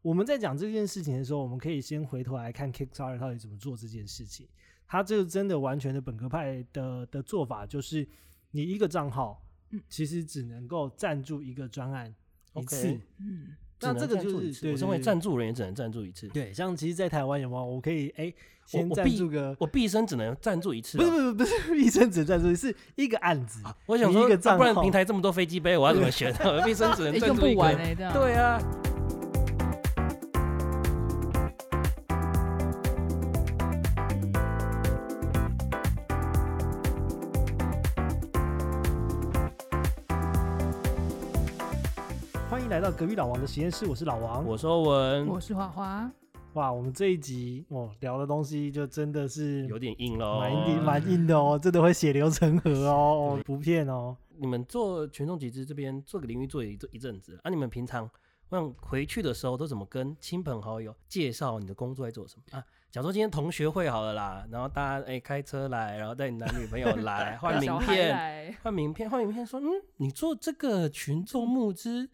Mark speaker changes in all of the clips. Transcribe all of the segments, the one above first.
Speaker 1: 我们在讲这件事情的时候，我们可以先回头来看 Kickstarter 到底怎么做这件事情。它这个真的完全的本科派的的做法，就是你一个账号
Speaker 2: 嗯，
Speaker 1: 其实只能够赞助一个专案一
Speaker 3: OK
Speaker 1: 次。
Speaker 2: 嗯，
Speaker 1: 那
Speaker 3: 只能
Speaker 1: 这个
Speaker 3: 赞
Speaker 1: 就
Speaker 3: 助
Speaker 1: 是
Speaker 3: 一次
Speaker 1: 对
Speaker 3: 我
Speaker 1: 对
Speaker 3: 身为
Speaker 1: 对
Speaker 3: 赞助人也只能赞助一次，
Speaker 1: 对，像其实，在台湾有没有？我可以哎、先
Speaker 3: 我
Speaker 1: 赞
Speaker 3: 必
Speaker 1: 助个，
Speaker 3: 我毕生只能赞助一次
Speaker 1: 不
Speaker 3: 啊、
Speaker 1: 是不是不是一生只赞助，是一个案子。
Speaker 3: 我想
Speaker 1: 你
Speaker 3: 说，
Speaker 1: 一个
Speaker 3: 啊
Speaker 1: 账
Speaker 3: 不然
Speaker 1: 号
Speaker 3: 平台这么多飞机杯，我要怎么选？啊我毕生只能
Speaker 2: 欸
Speaker 3: 赞
Speaker 2: 用
Speaker 3: 助一
Speaker 2: 不完
Speaker 3: 个。
Speaker 2: 哎，这样
Speaker 3: 对啊，
Speaker 1: 欢迎来到隔壁老王的实验室，我是老王。
Speaker 3: 我说
Speaker 2: 嗯
Speaker 3: 文
Speaker 2: 我是花花，
Speaker 1: 哇，我们这一集哦聊的东西就真的是
Speaker 3: 有点硬喽，
Speaker 1: 蛮硬蛮硬的哦，真的会血流成河哦，哦不骗哦。
Speaker 3: 你们做群众集资这边做个领域做一一阵子，啊，你们平常我想回去的时候都怎么跟亲朋好友介绍你的工作在做什么啊？假如说今天同学会好了啦，然后大家哎、开车来，然后带你男女朋友 来换名
Speaker 2: 啊小孩
Speaker 3: 片，
Speaker 2: 来
Speaker 3: 换名片，换名片说，嗯，你做这个群众募资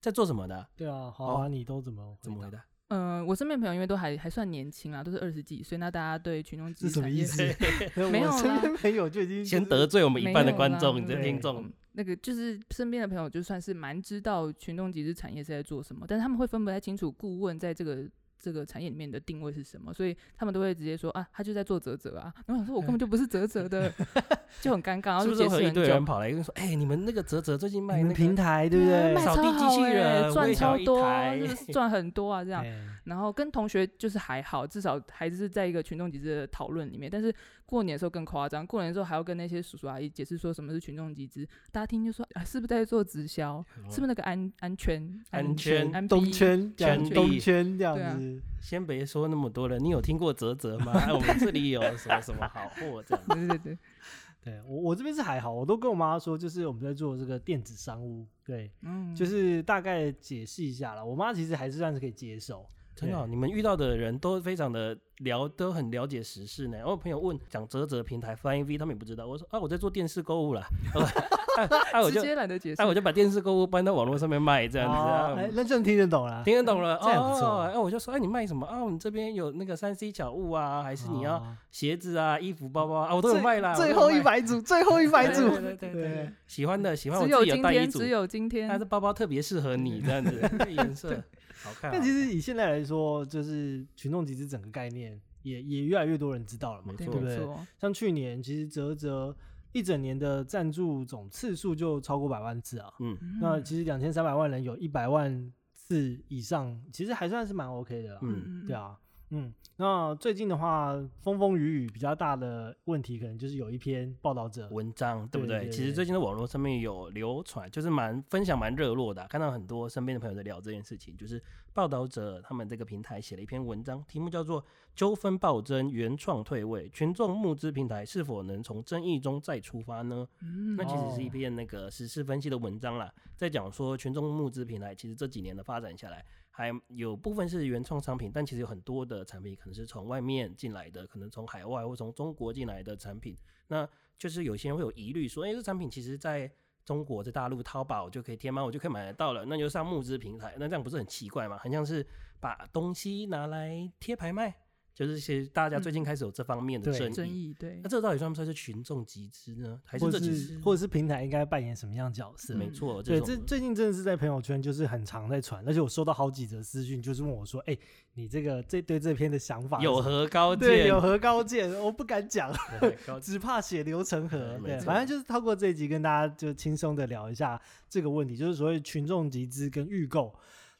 Speaker 3: 在做什么的？
Speaker 1: 对啊，好啊，你都怎么
Speaker 3: 怎么回？答？
Speaker 2: 嗯，我身边朋友因为都还还算年轻啊，都是二十几岁，那大家对群众集
Speaker 1: 是
Speaker 2: 资
Speaker 1: 什么
Speaker 2: 产
Speaker 1: 意
Speaker 2: 业
Speaker 1: 思？
Speaker 2: 没有
Speaker 1: 我
Speaker 2: 啦
Speaker 1: 身边朋友就已经
Speaker 3: 先
Speaker 1: 就是
Speaker 3: 得罪我们
Speaker 2: 嗯
Speaker 3: 一
Speaker 2: 没
Speaker 3: 半的
Speaker 2: 有
Speaker 3: 观
Speaker 2: 啦
Speaker 3: 众，你的
Speaker 1: 对
Speaker 3: 听众
Speaker 2: 嗯那个就是身边的朋友，就算是蛮知道群众集资产业是在做什么，但是他们会分不太清楚顾问在这个这个产业里面的定位是什么，所以他们都会直接说啊，他就在做泽泽啊。然后我想说，我根本就不是泽 泽的， 就很尴尬，然后就
Speaker 3: 是不是
Speaker 2: 解
Speaker 3: 会
Speaker 2: 释
Speaker 3: 有一
Speaker 2: 很
Speaker 3: 堆人
Speaker 2: 久。
Speaker 3: 跑来跟你说，哎、你们那个泽泽最近卖
Speaker 1: 你
Speaker 3: 那
Speaker 1: 们平
Speaker 3: 个，啊
Speaker 1: 台对不啊对？
Speaker 2: 卖
Speaker 3: 扫
Speaker 2: 超
Speaker 3: 地机
Speaker 2: 好
Speaker 3: 器
Speaker 2: 欸
Speaker 3: 人我
Speaker 2: 赚
Speaker 3: 也想
Speaker 2: 超
Speaker 3: 要一
Speaker 2: 多，啊
Speaker 3: 台
Speaker 2: 就是赚很多啊，这 样。
Speaker 1: 哎
Speaker 2: 然后跟同学就是还好，至少还是在一个群众集资的讨论里面。但是过年的时候更夸张，过年的时候还要跟那些叔叔阿姨解释说什么是群众集资，大家听就说啊，是不是在做直销？是不是那个安安全
Speaker 3: 哦安圈
Speaker 2: 安
Speaker 1: 东
Speaker 2: 逼
Speaker 1: 圈这样
Speaker 2: 圈
Speaker 1: 东
Speaker 3: 地
Speaker 1: 圈这样
Speaker 2: 对啊？
Speaker 1: 子，
Speaker 3: 先别说那么多了，你有听过泽泽吗？ 哎我们这里有什么什么好货这样
Speaker 2: 对对对，
Speaker 1: 对我我这边是还好，我都跟我妈说，就是我们在做这个电子商务，对，
Speaker 2: 嗯，
Speaker 1: 就是大概解释一下了。我妈其实还是算是可以接受，
Speaker 3: 真的哦、你们遇到的人都非常的了，都很了解时事呢。哦我有朋友问讲泽泽平台 Flying V，他们也不知道。我说啊，我在做电视购物啦，啊啊我
Speaker 2: 直
Speaker 3: 就
Speaker 2: 接懒得解释
Speaker 3: 啊。我就把电视购物搬到网络上面卖这样子
Speaker 1: 哦哎
Speaker 3: 啊。
Speaker 1: 那这样听得懂啦。
Speaker 3: 听得懂了，
Speaker 1: 这样不错
Speaker 3: 哦。哎、我就说，哎、你卖什么啊？我们这边有那个三 C 小物啊，还是你要
Speaker 1: 哦
Speaker 3: 鞋子啊、衣服、包包啊，啊我都有卖啦。
Speaker 1: 最
Speaker 3: 我都
Speaker 1: 后
Speaker 3: 有
Speaker 1: 一
Speaker 3: 卖
Speaker 1: 百组，最后一百
Speaker 3: 对
Speaker 1: 组，
Speaker 3: 对 对对对
Speaker 1: 对
Speaker 3: 喜欢的喜欢，我
Speaker 2: 只
Speaker 3: 自
Speaker 2: 有
Speaker 3: 己有
Speaker 2: 今
Speaker 3: 带一
Speaker 2: 天，
Speaker 3: 组，
Speaker 2: 只有今
Speaker 3: 但
Speaker 2: 天
Speaker 3: 是，包包特别适合你这 样子，这颜色好
Speaker 1: 嗯
Speaker 3: 看。啊
Speaker 1: 但其实以现在来说，就是群众集资整个概念也也越来越多人知道了嘛
Speaker 3: 没。
Speaker 2: 对
Speaker 3: 错
Speaker 2: 没
Speaker 1: 对
Speaker 2: 错，
Speaker 1: 像去年其实泽泽一整年的赞助总次数就超过百万次啊，
Speaker 3: 嗯，
Speaker 1: 那其实两千三百万人有一百万次以上，其实还算是蛮 OK 的啦。
Speaker 3: 嗯
Speaker 1: 对，啊，嗯，那最近的话，风风雨雨比较大的问题，可能就是有一篇报道者，
Speaker 3: 文章对不
Speaker 1: 对
Speaker 3: 对？
Speaker 1: 对
Speaker 3: 其实
Speaker 1: 对
Speaker 3: 最近的网络上面有流传，就是蛮分享蛮热络的啊、看到很多身边的朋友在聊这件事情，就是报道者他们这个平台写了一篇文章，题目叫做《纠纷暴增，原创退位，群众募资平台是否能从争议中再出发呢？
Speaker 2: 嗯
Speaker 3: 那其实是一
Speaker 1: 哦
Speaker 3: 篇那个时事分析的文章啦，在讲说群众募资平台其实这几年的发展下来，还有部分是原创商品，但其实有很多的产品可能是从外面进来的，可能从海外或从中国进来的产品。那就是有些人会有疑虑说，哎、这产品其实在中国在大陆淘宝就可以天猫我就可以买得到了，那就上募资平台，那这样不是很奇怪吗？很像是把东西拿来贴牌卖，就是其实大家最近开始有这方面
Speaker 1: 嗯
Speaker 3: 的
Speaker 1: 对
Speaker 3: 争议。
Speaker 2: 争议对
Speaker 3: 那，这个到底算不算是群众集资呢？还是
Speaker 1: 或
Speaker 3: 这
Speaker 1: 者
Speaker 3: 只
Speaker 1: 是或者是平台应该扮演什么样的角色？
Speaker 3: 没
Speaker 2: 嗯
Speaker 3: 错，
Speaker 1: 对，
Speaker 3: 种
Speaker 1: 这最近真的是在朋友圈就是很常在传，而且我收到好几则私讯，就是问我说：“哎、你这个这对这篇的想法是什么
Speaker 3: 有何高见？
Speaker 1: 对有何高见？”我不敢讲，
Speaker 3: 有何高见
Speaker 1: 只怕血流成河
Speaker 3: 对。没
Speaker 1: 对，
Speaker 3: 错
Speaker 1: 反正就是透过这一集跟大家就轻松的聊一下这个问题，就是所谓群众集资跟预购，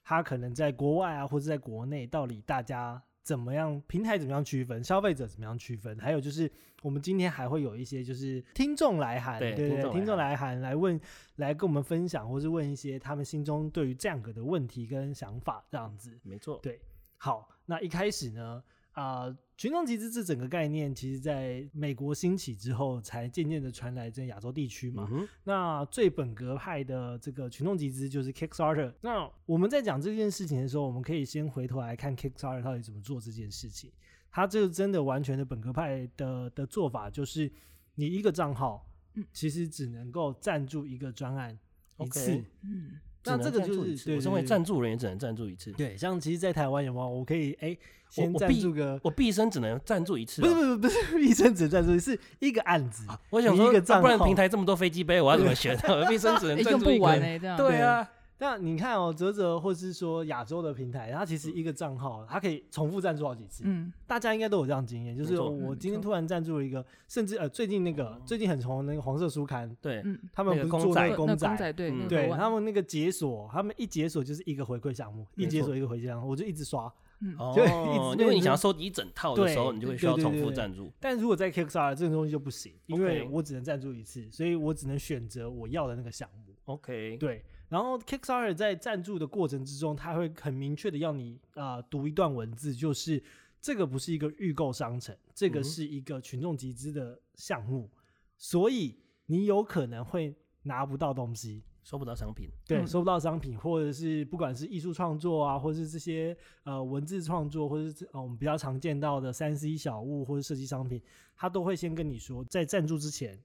Speaker 1: 它可能在国外啊，或者在国内，到底大家怎么样，平台怎么样区分，消费者怎么样区分，还有就是我们今天还会有一些就是听众来函，
Speaker 3: 对
Speaker 1: 对
Speaker 3: 听
Speaker 1: 对，
Speaker 3: 众
Speaker 1: 听众
Speaker 3: 来
Speaker 1: 来函来问，来跟我们分享，或是问一些他们心中对于这样个的问题跟想法这样子。
Speaker 3: 没错，
Speaker 1: 对，好，那一开始呢，啊、群众集资这整个概念，其实在美国兴起之后，才渐渐的传来这亚洲地区嘛。
Speaker 3: 嗯哼，
Speaker 1: 那最本格派的这个群众集资就是 Kickstarter。那我们在讲这件事情的时候，我们可以先回头来看 Kickstarter 到底怎么做这件事情。它这个真的完全的本格派的的做法，就是你一个账号
Speaker 2: 嗯，
Speaker 1: 其实只能够赞助一个专案一
Speaker 3: OK
Speaker 1: 次。
Speaker 2: 嗯
Speaker 1: 那
Speaker 3: 只
Speaker 1: 这个
Speaker 3: 能赞
Speaker 1: 就
Speaker 3: 助
Speaker 1: 是
Speaker 3: 一次
Speaker 1: 对
Speaker 3: 我身
Speaker 1: 对
Speaker 3: 为
Speaker 1: 对
Speaker 3: 赞助人也只能赞助一次，
Speaker 1: 对，像其实，在台湾有没有？我可以哎、先
Speaker 3: 我
Speaker 1: 赞
Speaker 3: 必
Speaker 1: 助个，
Speaker 3: 我毕生只能赞助一次
Speaker 1: 不
Speaker 3: 哦、
Speaker 1: 是不是不是一生只赞助，是一个案子。
Speaker 3: 啊我想
Speaker 1: 你一
Speaker 3: 说，
Speaker 1: 个
Speaker 3: 啊不
Speaker 1: 账
Speaker 3: 然
Speaker 1: 号
Speaker 3: 平台这么多飞机杯，我要怎么选？啊我毕生只能
Speaker 2: 欸
Speaker 3: 赞
Speaker 2: 用
Speaker 3: 助一
Speaker 2: 不
Speaker 3: 个
Speaker 2: 完。哎，这样
Speaker 3: 对啊，
Speaker 1: 那你看哦，泽泽或是说亚洲的平台，它其实
Speaker 3: 嗯
Speaker 1: 一个账号，它可以重复赞助好几次。
Speaker 2: 嗯，
Speaker 1: 大家应该都有这样经验，就
Speaker 3: 没
Speaker 1: 是
Speaker 3: 错
Speaker 1: 我
Speaker 2: 嗯
Speaker 1: 今天
Speaker 2: 没错
Speaker 1: 突然赞助了一个，甚至呃最近那个最近很红的那个黄色书刊，
Speaker 3: 对，
Speaker 2: 嗯，
Speaker 1: 他们
Speaker 3: 那
Speaker 1: 不
Speaker 3: 个
Speaker 1: 是做
Speaker 3: 公仔
Speaker 1: 那
Speaker 2: 那
Speaker 1: 个
Speaker 3: 对
Speaker 1: 公
Speaker 2: 公
Speaker 1: 仔，
Speaker 2: 对，
Speaker 3: 嗯
Speaker 2: 那个
Speaker 1: 对
Speaker 2: 玩
Speaker 1: 他们那个解锁，他们一解锁就是一个回馈项目，一
Speaker 3: 没
Speaker 1: 解
Speaker 3: 错
Speaker 1: 锁一个回馈项目，我就一直刷。
Speaker 2: 嗯
Speaker 1: 就一直
Speaker 3: 哦，因
Speaker 1: 变
Speaker 3: 为你
Speaker 1: 成
Speaker 3: 想要收集一整套的时候，
Speaker 1: 对
Speaker 3: 你就会
Speaker 1: 对
Speaker 3: 需要
Speaker 1: 对
Speaker 3: 重
Speaker 1: 对
Speaker 3: 复
Speaker 1: 对
Speaker 3: 赞助。
Speaker 1: 但如果在 Kickstarter 这个东西就不行，因为
Speaker 3: OK
Speaker 1: 我只能赞助一次，所以我只能选择我要的那个项目。
Speaker 3: OK，
Speaker 1: 对，然后 Kickstarter 在赞助的过程之中，他会很明确的要你啊、呃读一段文字，就是这个不是一个预购商城，这
Speaker 3: 嗯
Speaker 1: 个
Speaker 3: 哼
Speaker 1: 是一个群众集资的项目，所以你有可能会拿不到东西。
Speaker 3: 收不到商品。
Speaker 1: 对，
Speaker 2: 嗯
Speaker 1: 收不到商品，或者是不管是艺术创作啊，或者是这些呃文字创作，或者是、呃、我们比较常见到的三 C 小物或者设计商品，他都会先跟你说，在赞助之前，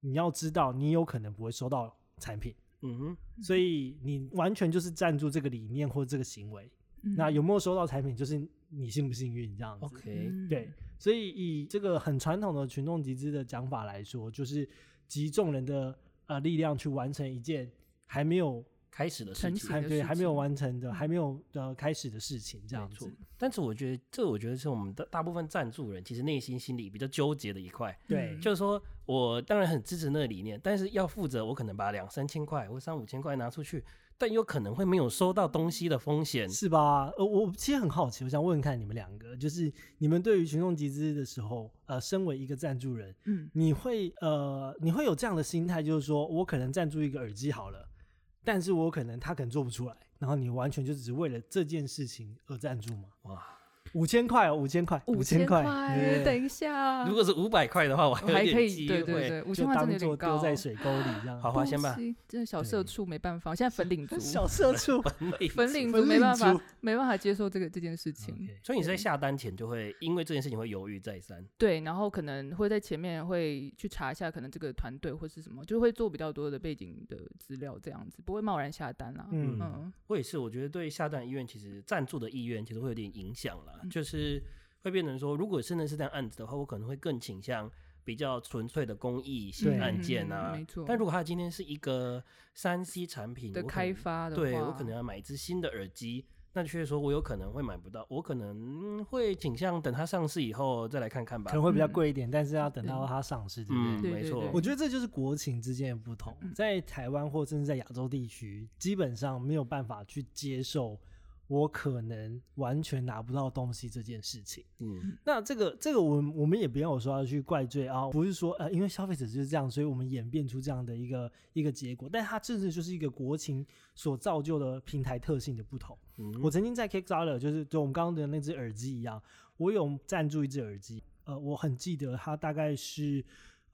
Speaker 1: 你要知道你有可能不会收到产品，
Speaker 3: 嗯哼，
Speaker 1: 所以你完全就是赞助这个理念或这个行为。
Speaker 2: 嗯
Speaker 1: 那有没有收到产品，就是你幸不幸运这样子。
Speaker 3: OK，
Speaker 2: 嗯
Speaker 1: 对，所以以这个很传统的群众集资的讲法来说，就是集众人的呃力量去完成一件还没有
Speaker 3: 开始的事
Speaker 2: 成
Speaker 3: 情
Speaker 2: 型。
Speaker 1: 还
Speaker 2: 的
Speaker 1: 对
Speaker 2: 事
Speaker 1: 还没有
Speaker 2: 情嗯
Speaker 1: 完成的，还没有呃开始的事情，这样
Speaker 3: 没错
Speaker 1: 子。
Speaker 3: 但是我觉得，这我觉得是我们的大部分赞助人其实内心心里比较纠结的一块，
Speaker 1: 对
Speaker 2: 嗯
Speaker 3: 就是说我当然很支持那个理念，但是要负责我可能把两三千块或三五千块拿出去，但有可能会没有收到东西的风
Speaker 2: 嗯
Speaker 3: 险。
Speaker 1: 是吧？呃，我其实很好奇，我想问问看你们两个，就是你们对于群众集资的时候，呃，身为一个赞助人，
Speaker 2: 嗯，
Speaker 1: 你会呃，你会有这样的心态，就是说我可能赞助一个耳机好了，但是我可能他可能做不出来，然后你完全就只是为了这件事情而赞助吗？
Speaker 3: 哇，
Speaker 1: 五千块哦，五千块，
Speaker 2: 五
Speaker 1: 千块，对
Speaker 2: 等一下，啊
Speaker 3: 如果是五百块的话，我
Speaker 2: 我
Speaker 3: 还有
Speaker 2: 还可
Speaker 3: 点
Speaker 2: 以，
Speaker 3: 机
Speaker 2: 对对
Speaker 3: 会。
Speaker 2: 对，五
Speaker 1: 就
Speaker 2: 千块真
Speaker 1: 当
Speaker 2: 的有
Speaker 1: 做丢
Speaker 2: 点高，
Speaker 1: 在水沟里这 样。
Speaker 3: 好，花先吧
Speaker 2: 不。行，真的小社
Speaker 1: 对
Speaker 2: 畜没办法，我现在粉领族，
Speaker 1: 小社畜，
Speaker 2: 粉领
Speaker 1: 粉
Speaker 2: 族没办
Speaker 1: 领
Speaker 2: 法
Speaker 1: 族，
Speaker 2: 没办法接受这个这件事情。
Speaker 1: OK
Speaker 3: 所以你在下单前就会因为这件事情会犹豫再三。
Speaker 2: 对，然后可能会在前面会去查一下，可能这个团队或是什么，就会做比较多的背景的资料，这样子不会贸然下单啦。
Speaker 1: 嗯
Speaker 2: 嗯
Speaker 3: 我也是，我觉得对下单意愿，其实赞助的意愿其实会有点影响啦，
Speaker 2: 嗯
Speaker 3: 就是会变成说，如果真的是这样案子的话，我可能会更倾向比较纯粹的公益性
Speaker 1: 对
Speaker 3: 案件
Speaker 2: 嗯
Speaker 3: 啊。
Speaker 2: 没错
Speaker 3: 但如果他今天是一个三 C 产品
Speaker 2: 的
Speaker 3: 我可
Speaker 2: 开
Speaker 3: 能
Speaker 2: 发的话，
Speaker 3: 对我可能要买一只新的耳机，那确实说我有可能会买不到，我可能会倾向等它上市以后再来看看吧
Speaker 1: 可。能会比较
Speaker 2: 嗯
Speaker 1: 贵一点，但是要等到
Speaker 2: 对
Speaker 1: 它上市，对不对
Speaker 3: 嗯，？
Speaker 2: 对
Speaker 3: 没
Speaker 2: 对
Speaker 3: 错
Speaker 2: 对，
Speaker 1: 我觉得这就是国情之间的不同，在台湾或甚至在亚洲地区，基本上没有办法去接受我可能完全拿不到东西这件事情。
Speaker 3: 嗯，
Speaker 1: 那这个这个我们我们也没有说要去怪罪啊，不是说呃，因为消费者就是这样，所以我们演变出这样的一个一个结果，但它真的就是一个国情所造就的平台特性的不同。
Speaker 3: 嗯
Speaker 1: 我曾经在 Kickstarter，就是就我们刚刚的那只耳机一样，我有赞助一只耳机，呃，我很记得它大概是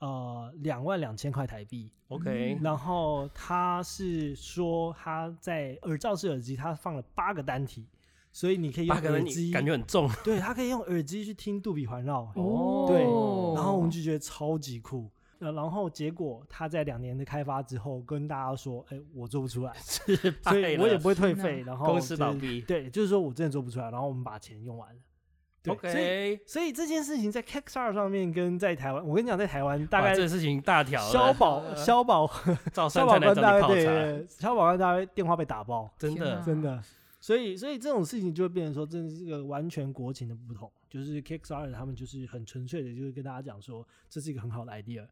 Speaker 1: 呃两万两千块台币，
Speaker 3: 哦 OK，
Speaker 1: 然后它是说它在耳罩式耳机，它放了八个单体，所以你可以用
Speaker 3: 八个
Speaker 1: 耳
Speaker 3: 人
Speaker 1: 机，
Speaker 3: 你感觉很重
Speaker 1: 对，它可以用耳机去听杜比环绕，
Speaker 2: 哦，
Speaker 1: 对然后我们就觉得超级酷。呃，然后结果他在两年的开发之后，跟大家说：“哎，我做不出 来，
Speaker 3: 失败
Speaker 1: 所以 我也
Speaker 3: 了
Speaker 1: 不会退
Speaker 2: 天
Speaker 1: 费。”
Speaker 2: 哪
Speaker 1: 然后
Speaker 3: 公
Speaker 1: 就
Speaker 3: 司倒
Speaker 1: 是
Speaker 3: 闭。
Speaker 1: 对，就是说我真的做不出来，然后我们把钱用完了。对所以
Speaker 3: OK，
Speaker 1: 所以这件事情在 Kickstarter 上面跟在台湾，我跟你讲，在台湾大
Speaker 3: 哇
Speaker 1: 概
Speaker 3: 这个事情大条了，
Speaker 1: 消保
Speaker 3: 呃
Speaker 1: 消保
Speaker 3: 赵
Speaker 1: 消
Speaker 3: 三
Speaker 1: 保
Speaker 3: 才
Speaker 1: 官
Speaker 3: 来找
Speaker 1: 大概
Speaker 3: 你泡
Speaker 1: 对
Speaker 3: 茶，
Speaker 1: 对消保官大概电话被打爆，
Speaker 3: 真
Speaker 2: 天
Speaker 3: 的
Speaker 2: 哪
Speaker 1: 真的。嗯所以所以这种事情就会变成说，真的是个完全国情的不同。就是 Kickstarter 他们就是很纯粹的，就是跟大家讲说这是一个很好的 idea，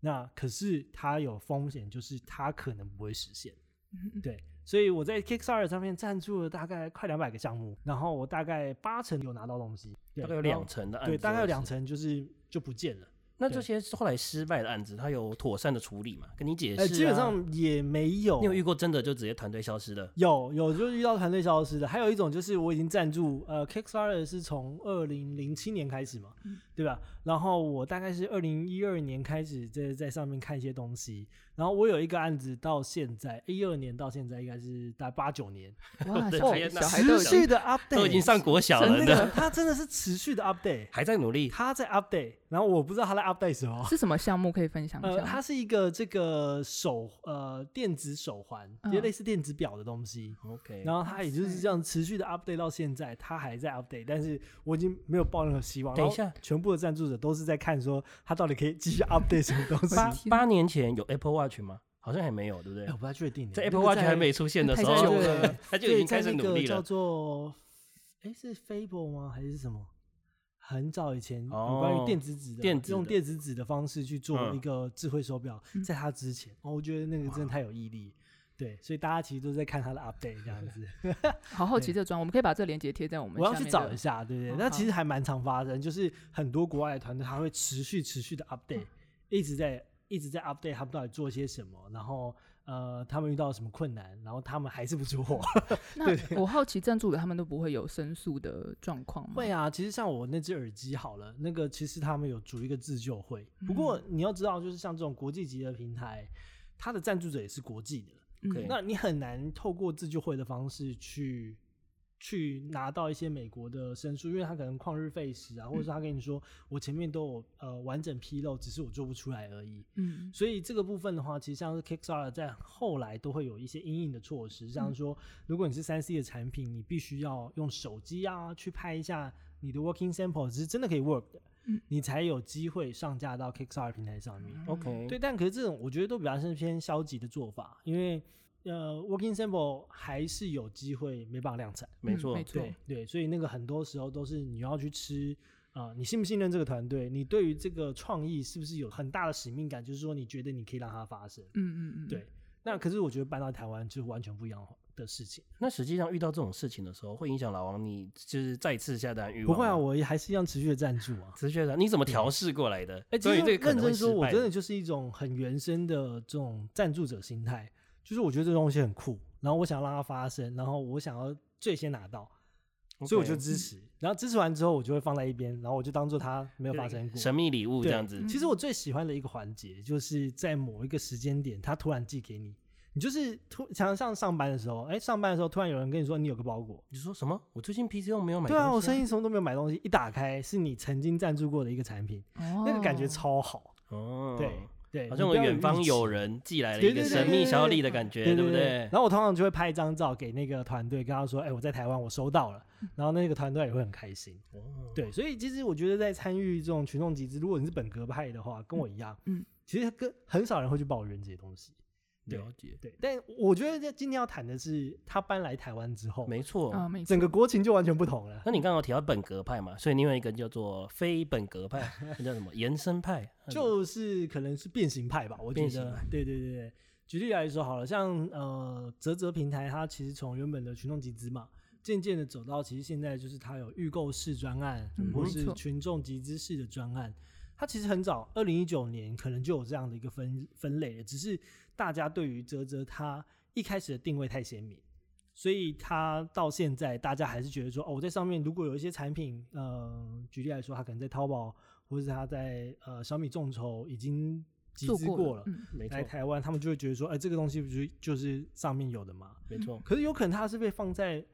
Speaker 1: 那可是它有风险，就是它可能不会实 现。
Speaker 2: 嗯
Speaker 1: 对，所以我在 Kickstarter 上面赞助了大概快两百个项目，然后我大概八成有拿到东西，对
Speaker 3: 大概有
Speaker 1: 然后
Speaker 3: 两成的案子，
Speaker 1: 对，大概有两。成就是就不见了。
Speaker 3: 那
Speaker 1: 对
Speaker 3: 这些后来失败的案子，他有妥善的处理嘛？跟你解释、
Speaker 1: 呃，
Speaker 3: 啊。
Speaker 1: 基本上也没有
Speaker 3: 你。有遇过真的就直接团队消失的？
Speaker 1: 有有就是遇到团队消失的，还有一种就是我已经赞助，呃，Kickstarter 是从二零零七年开始嘛，
Speaker 3: 嗯
Speaker 1: 对吧？然后我大概是二零一二年开始在在上面看一些东西，然后我有一个案子，到现在一二年到现在应该是大概八九年，
Speaker 2: 哇，
Speaker 3: 对
Speaker 2: 小
Speaker 3: 还
Speaker 2: 小
Speaker 3: 那
Speaker 2: 孩都
Speaker 1: 持
Speaker 2: 有
Speaker 1: 续的 update，
Speaker 3: 都已经上国小了
Speaker 1: 那
Speaker 2: 真
Speaker 1: 个
Speaker 2: 的
Speaker 3: 的，
Speaker 1: 他真的是持续的 update，
Speaker 3: 还在努力。
Speaker 1: 他在 update，然后我不知道他在 update 什么。
Speaker 2: 是什么项目可以分享一
Speaker 1: 呃，
Speaker 2: 下
Speaker 1: 它
Speaker 2: 吗？
Speaker 1: 是一个这个手呃电子手环，就
Speaker 2: 嗯
Speaker 1: 类似电子表的东西。
Speaker 3: OK，
Speaker 1: 然后它也就是这样持续的 update 到现在，它还在 update，但是我已经没有抱任何希望。
Speaker 3: 等一下
Speaker 1: 然后全部的赞助者都是在看说它到底可以继续 update 什么东 西。
Speaker 3: 八
Speaker 1: 哎
Speaker 2: 天
Speaker 3: 八年前有 Apple Watch 吗？好像还没有，对不对
Speaker 1: 我？不太确定耶，
Speaker 3: 在
Speaker 1: 那
Speaker 3: Apple
Speaker 1: 个
Speaker 3: Watch
Speaker 1: 在
Speaker 3: 还没出现的时
Speaker 2: 太
Speaker 3: 候
Speaker 2: 久 了，
Speaker 3: 他就
Speaker 1: 对
Speaker 3: 已经
Speaker 1: 在
Speaker 3: 开始
Speaker 1: 那
Speaker 3: 努
Speaker 1: 个
Speaker 3: 力
Speaker 1: 叫
Speaker 3: 了。
Speaker 1: 做哎是 Fable 吗？还是什么？很早以前有关
Speaker 3: 哦
Speaker 1: 于电子纸的，
Speaker 3: 电子
Speaker 1: 用
Speaker 3: 的
Speaker 1: 电子纸的方式去做
Speaker 3: 嗯
Speaker 1: 一个智慧手表，
Speaker 2: 嗯
Speaker 1: 在它之前，哦，我觉得那个真的太有毅力。对，所以大家其实都在看它的 update 这样子。
Speaker 2: 好好奇这装，我们可以把这个链接贴在我们
Speaker 1: 我要
Speaker 2: 下
Speaker 1: 去
Speaker 2: 面
Speaker 1: 找
Speaker 2: 的
Speaker 1: 一下，嗯对不对？
Speaker 2: 好
Speaker 1: 那
Speaker 2: 好
Speaker 1: 其实还蛮常发生，就是很多国外的团队，他会持续持续的 update，一直在一直在 update 他们到底做些什么，然后呃，他们遇到什么困难，然后他们还是不出货。
Speaker 2: 那我好奇赞助的他们都不会有申诉的状况吗？
Speaker 1: 会啊，其实像我那只耳机好了，那个其实他们有组一个自救会，不过你要知道，就是像这种国际级的平台，它的赞助者也是国际的，
Speaker 3: 对
Speaker 2: 嗯，
Speaker 1: 那你很难透过自救会的方式去去拿到一些美国的申诉，因为他可能旷日费时啊，或者是他跟你说我前面都有呃完整披露，只是我做不出来而已。
Speaker 2: 嗯，
Speaker 1: 所以这个部分的话，其实像是 Kickstarter 在后来都会有一些阴影的措施，像说如果你是三 C 的产品，你必须要用手机啊去拍一下你的 working sample，是真的可以 work 的，
Speaker 2: 嗯
Speaker 1: 你才有机会上架到 Kickstarter 平台上面。
Speaker 3: OK，
Speaker 1: 嗯对，但可是这种我觉得都比较是偏消极的做法，因为呃，working sample 还是有机会没办法量产。
Speaker 3: 没
Speaker 2: 嗯
Speaker 3: 错
Speaker 2: 没，错
Speaker 1: 对，对，所以那个很多时候都是你要去吃啊、呃你信不信任这个团队？你对于这个创意是不是有很大的使命感？就是说你觉得你可以让它发生。
Speaker 2: 嗯嗯嗯，
Speaker 1: 对，那可是我觉得搬到台湾就完全不一样的事情。
Speaker 3: 那实际上遇到这种事情的时候，会影响老王你就是再次下单欲望
Speaker 1: 不
Speaker 3: 吗。
Speaker 1: 会啊，我也还是一样持续的赞助啊。
Speaker 3: 直觉的，你怎么调试过来的？
Speaker 1: 哎、其
Speaker 3: 对
Speaker 1: 实
Speaker 3: 于这个可
Speaker 1: 认
Speaker 3: 能会
Speaker 1: 真
Speaker 3: 失
Speaker 1: 说，我
Speaker 3: 败
Speaker 1: 真的就是一种很原生的这种赞助者心态，就是我觉得这东西很酷，然后我想让它发生，然后我想要最先拿到，所以我就
Speaker 3: OK
Speaker 1: 支持。然后支持完之后，我就会放在一边，然后我就当做它没有发生过。
Speaker 3: 神秘礼物这
Speaker 1: 对嗯
Speaker 3: 样子。
Speaker 1: 其实我最喜欢的一个环节，就是在某一个时间点，他突然寄给你，你就是突常像上班的时候，哎、上班的时候突然有人跟你说你有个包裹，
Speaker 3: 你说什么？我最近 PC 又没有买东
Speaker 1: 对
Speaker 3: 西。
Speaker 1: 啊，我生意什么都没有买东西，一打开是你曾经赞助过的一个产品，
Speaker 2: 哦，
Speaker 1: 那个感觉超好。
Speaker 3: 哦，
Speaker 1: 对，对，
Speaker 3: 好
Speaker 1: 你
Speaker 3: 像我
Speaker 1: 不要
Speaker 3: 远方
Speaker 1: 预期
Speaker 3: 有人寄来了
Speaker 1: 对
Speaker 3: 一个
Speaker 1: 对
Speaker 3: 神
Speaker 1: 对
Speaker 3: 秘
Speaker 1: 对
Speaker 3: 小
Speaker 1: 对
Speaker 3: 礼的感觉，
Speaker 1: 对
Speaker 3: 不
Speaker 1: 对
Speaker 3: 对
Speaker 1: 然？后我通常就会拍一张照给那个团队，跟他说：“哎、我在台湾，我收到了。”
Speaker 2: 嗯
Speaker 1: 然后那个团队也会很开心。
Speaker 3: 哦
Speaker 1: 对，所以其实我觉得在参与这种群众集资，如果你是本格派的话，跟我一样，
Speaker 2: 嗯，
Speaker 1: 其实跟很少人会去抱怨这些东西。对
Speaker 3: 了解，
Speaker 1: 对，但我觉得今天要谈的是，他搬来台湾之后，
Speaker 3: 没错。
Speaker 2: 啊，没错
Speaker 1: 整个国情就完全不同了。
Speaker 3: 那你刚刚提到本格派嘛，所以另外一个叫做非本格派， 那叫什么延伸派？那种
Speaker 1: 就是可能是变形派吧，我觉
Speaker 3: 嗯变形
Speaker 1: 得
Speaker 3: 派。
Speaker 1: 对对对对，举例来说好了，像呃泽泽平台，它其实从原本的群众集资嘛，渐渐的走到其实现在就是它有预购式专案，
Speaker 2: 嗯
Speaker 1: 或
Speaker 3: 没
Speaker 1: 是
Speaker 2: 错
Speaker 1: 群众集资式的专案。它其实很早，二零一九年可能就有这样的一个分分类了，只是大家对于泽泽它一开始的定位太鲜明，所以它到现在大家还是觉得说，哦，我在上面如果有一些产品，呃，举例来说，它可能在淘宝或是它在呃小米众筹已经集
Speaker 2: 做
Speaker 1: 资
Speaker 2: 过
Speaker 1: 了，
Speaker 2: 嗯
Speaker 3: 没错
Speaker 1: 来，台湾他们就会觉得说，哎、这个东西不就就是上面有的嘛？
Speaker 3: 没错，
Speaker 1: 可是有可能它是被放在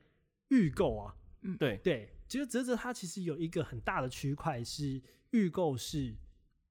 Speaker 1: 预购啊，
Speaker 3: 对，
Speaker 1: 对，其实泽泽它其实有一个很大的区块是预购式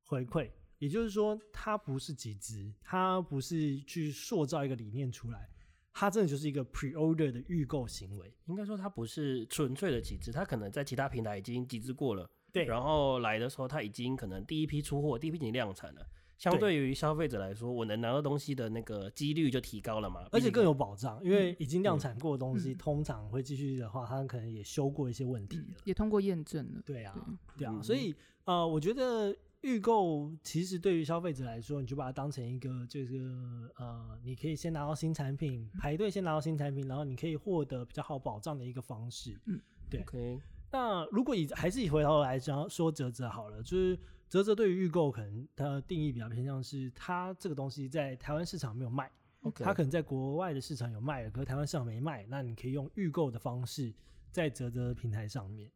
Speaker 1: 回馈，也就是说，它不是集资，它不是去塑造一个理念出来，它真的就是一个 pre order 的预购行为。
Speaker 3: 应该说它不是纯粹的集资，它可能在其他平台已经集资过了，
Speaker 1: 对
Speaker 3: 然后来的时候它已经可能第一批出货，第一批已经量产了。相
Speaker 1: 对
Speaker 3: 对于消费者来说，我能拿到东西的那个几率就提高了嘛，
Speaker 1: 而且
Speaker 3: 毕竟
Speaker 1: 更有保障，因为已经量产过的东西，
Speaker 2: 嗯
Speaker 1: 通常会继续的话，它可能也修过一些问题
Speaker 2: 嗯
Speaker 1: 了。
Speaker 2: 也通过验证了，
Speaker 1: 对啊，
Speaker 2: 对
Speaker 1: 对啊，
Speaker 3: 嗯
Speaker 1: 所以呃，我觉得预购其实对于消费者来说，你就把它当成一个这个呃，你可以先拿到新产品，排队先拿到新产品，然后你可以获得比较好保障的一个方式。对
Speaker 3: OK，
Speaker 1: 那如果以还是以回头来讲说泽泽好了，就是泽泽对于预购可能它的定义比较偏向是它这个东西在台湾市场没有卖。
Speaker 3: OK，
Speaker 1: 它可能在国外的市场有卖了，可是台湾市场没卖，那你可以用预购的方式在泽泽平台上面。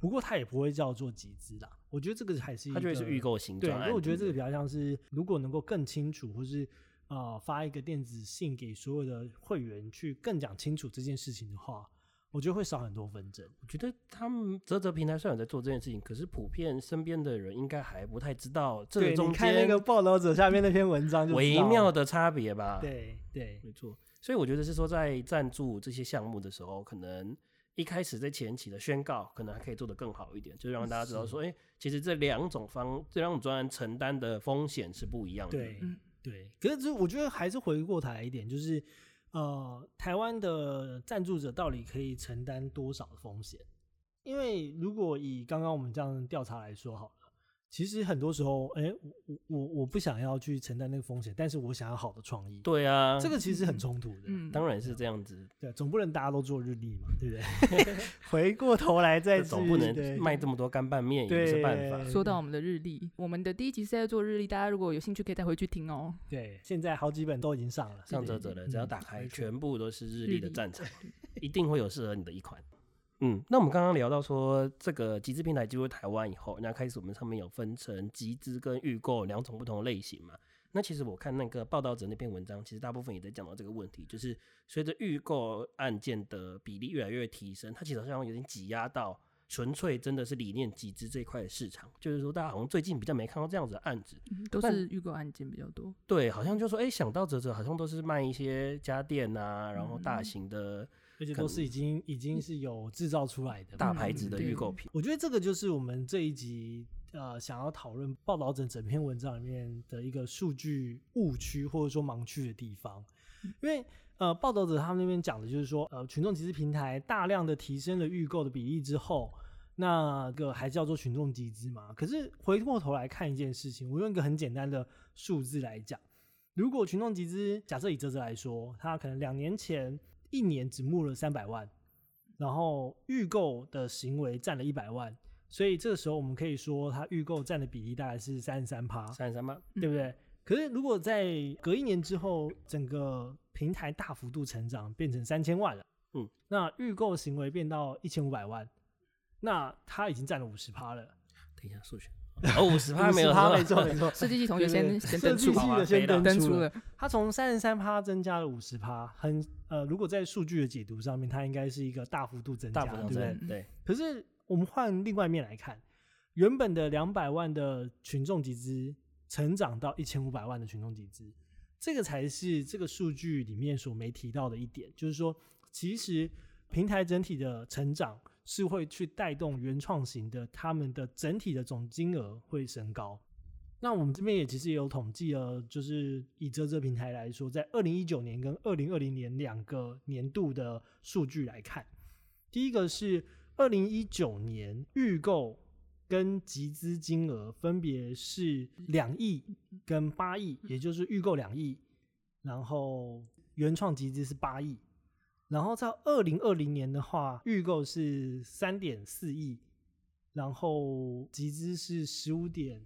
Speaker 1: 不过它也不会叫做集资啦，我觉得这个还是一
Speaker 3: 它就会是
Speaker 1: 个
Speaker 3: 预购型
Speaker 1: 对，
Speaker 3: 专
Speaker 1: 因
Speaker 3: 案，
Speaker 1: 为我觉得
Speaker 3: 对
Speaker 1: 这
Speaker 3: 不
Speaker 1: 个
Speaker 3: 对
Speaker 1: 比较像是，如果能够更清楚，或是呃发一个电子信给所有的会员去更讲清楚这件事情的话，我觉得会少很多纷争。
Speaker 3: 我觉得他们泽泽平台虽然有在做这件事情，可是普遍身边的人应该还不太知道这
Speaker 1: 对，
Speaker 3: 个
Speaker 1: 你
Speaker 3: 中
Speaker 1: 看那
Speaker 3: 间
Speaker 1: 个报道者下面那篇文章就知
Speaker 3: 微
Speaker 1: 道
Speaker 3: 妙
Speaker 1: 了，
Speaker 3: 的差别吧。，
Speaker 1: 对对
Speaker 3: 没错。所以我觉得是说，在赞助这些项目的时候，可能一开始在前期的宣告，可能还可以做得更好一点，就让大家知道说，哎、其实这两种方这两种专案承担的风险是不一样的。
Speaker 1: 对
Speaker 2: 嗯
Speaker 1: 对。可是，我觉得还是回过头来一点，就是呃，台湾的赞助者到底可以承担多少的风险？因为如果以刚刚我们这样调查来说好了，其实很多时候，哎、我我我我不想要去承担那个风险，但是我想要好的创意，
Speaker 3: 对啊，
Speaker 1: 这个其实很
Speaker 2: 嗯
Speaker 1: 冲突的。
Speaker 2: 嗯，
Speaker 3: 当然是这样子，
Speaker 1: 对，总不能大家都做日历嘛，对不对？ 回过头来再
Speaker 3: 这总
Speaker 1: 去
Speaker 3: 不能
Speaker 1: 对
Speaker 3: 卖这么多干拌面也不是办法。
Speaker 1: 对
Speaker 2: 说到我们的日历，我们的第一集是在做日历，大家如果有兴趣可以再回去听哦。
Speaker 1: 对，现在好几本都已经上了，
Speaker 3: 上
Speaker 1: 对
Speaker 3: 泽泽了，只要
Speaker 1: 嗯
Speaker 3: 打开，
Speaker 1: 没错
Speaker 3: 全部都是日
Speaker 2: 日
Speaker 3: 历的
Speaker 2: 历
Speaker 3: 战场，一定会有适合你的一款。 嗯，那我们刚刚聊到说，这个集资平台进入台湾以后，那开始我们上面有分成集资跟预购两种不同的类型嘛。那其实我看那个报道者那篇文章，其实大部分也在讲到这个问题，就是随着预购案件的比例越来越提升，它其实好像有点挤压到纯粹真的是理念集资这一块的市场，就是说大家好像最近比较没看到这样子的案子，
Speaker 2: 嗯都
Speaker 3: 但
Speaker 2: 是预购案件比较 多，
Speaker 3: 对，好像就说，哎、想到泽泽，好像都是卖一些家电啊，然后大
Speaker 2: 嗯
Speaker 3: 型的
Speaker 1: 而且
Speaker 3: 可
Speaker 1: 都
Speaker 3: 能
Speaker 1: 是已经已经是有制造出来的
Speaker 3: 大
Speaker 1: 嘛
Speaker 3: 牌子的预
Speaker 2: 对
Speaker 3: 购品。
Speaker 1: 我觉得这个就是我们这一集呃想要讨论报道整整篇文章里面的一个数据误区或者说盲区的地方，因为呃报道者他们那边讲的就是说呃群众集资平台大量的提升了预购的比例之后。那个还叫做群众集资嘛？可是回过头来看一件事情，我用一个很简单的数字来讲，如果群众集资，假设以泽泽来说，他可能两年前一年只募了三百万，然后预购的行为占了一百万，所以这个时候我们可以说它预购占的比例大概是三十三趴，
Speaker 3: 三十三吗？
Speaker 1: 对不对？可是如果在隔一年之后，整个平台大幅度成长，变成三千万了，
Speaker 3: 嗯，
Speaker 1: 那预购行为变到一千五百万，那它已经占了五十趴了，
Speaker 3: 等一下，数学 哦，五十趴没有
Speaker 1: 趴
Speaker 3: 错
Speaker 1: 没错没错，
Speaker 2: 设计系同
Speaker 1: 对
Speaker 2: 学
Speaker 1: 对对
Speaker 2: 先先
Speaker 1: 设
Speaker 2: 登
Speaker 1: 计
Speaker 2: 出
Speaker 1: 系
Speaker 2: 吧，
Speaker 1: 的先
Speaker 3: 登
Speaker 2: 登
Speaker 1: 出
Speaker 2: 出
Speaker 1: 了
Speaker 2: 了，
Speaker 1: 它从三十三趴增加了五十趴，很呃，如果在数据的解读上面，它应该是一个大幅度增加，
Speaker 3: 大
Speaker 2: 嗯
Speaker 3: 幅上
Speaker 1: 对不对？
Speaker 3: 升，对，
Speaker 1: 可是我们换另外一面来看，原本的两百万的群众集资，成长到一千五百万的群众集资，这个才是这个数据里面所没提到的一点，就是说，其实平台整体的成长是会去带动原创型的他们的整体的总金额会升高。那我们这边也其实也有统计了，就是以这这平台来说，在二零一九年跟二零二零年两个年度的数据来看，第一个是二零一九年预购跟集资金额分别是两亿跟八亿，也就是预购两亿，然后原创集资是八亿，然后在二零二零年的话，预购是三点四亿，然后集资是十五点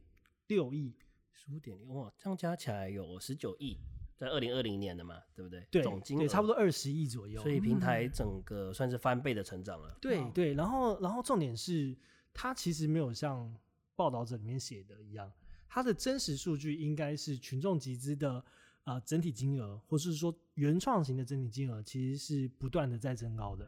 Speaker 1: 六亿，
Speaker 3: 十五点零哇，这样加起来有十九亿，在二零二零年的嘛，对不对？
Speaker 1: 对，
Speaker 3: 总金
Speaker 1: 对
Speaker 3: 额
Speaker 1: 差不多。二十亿左右，
Speaker 3: 所以平
Speaker 2: 嗯
Speaker 3: 台整个算是翻倍的成长了。
Speaker 1: 对
Speaker 2: 哦
Speaker 1: 对，然后然后重点是，它其实没有像报道者里面写的一样，它的真实数据应该是群众集资的啊、呃整体金额，或是说原创型的整体金额，其实是不断的在增高的。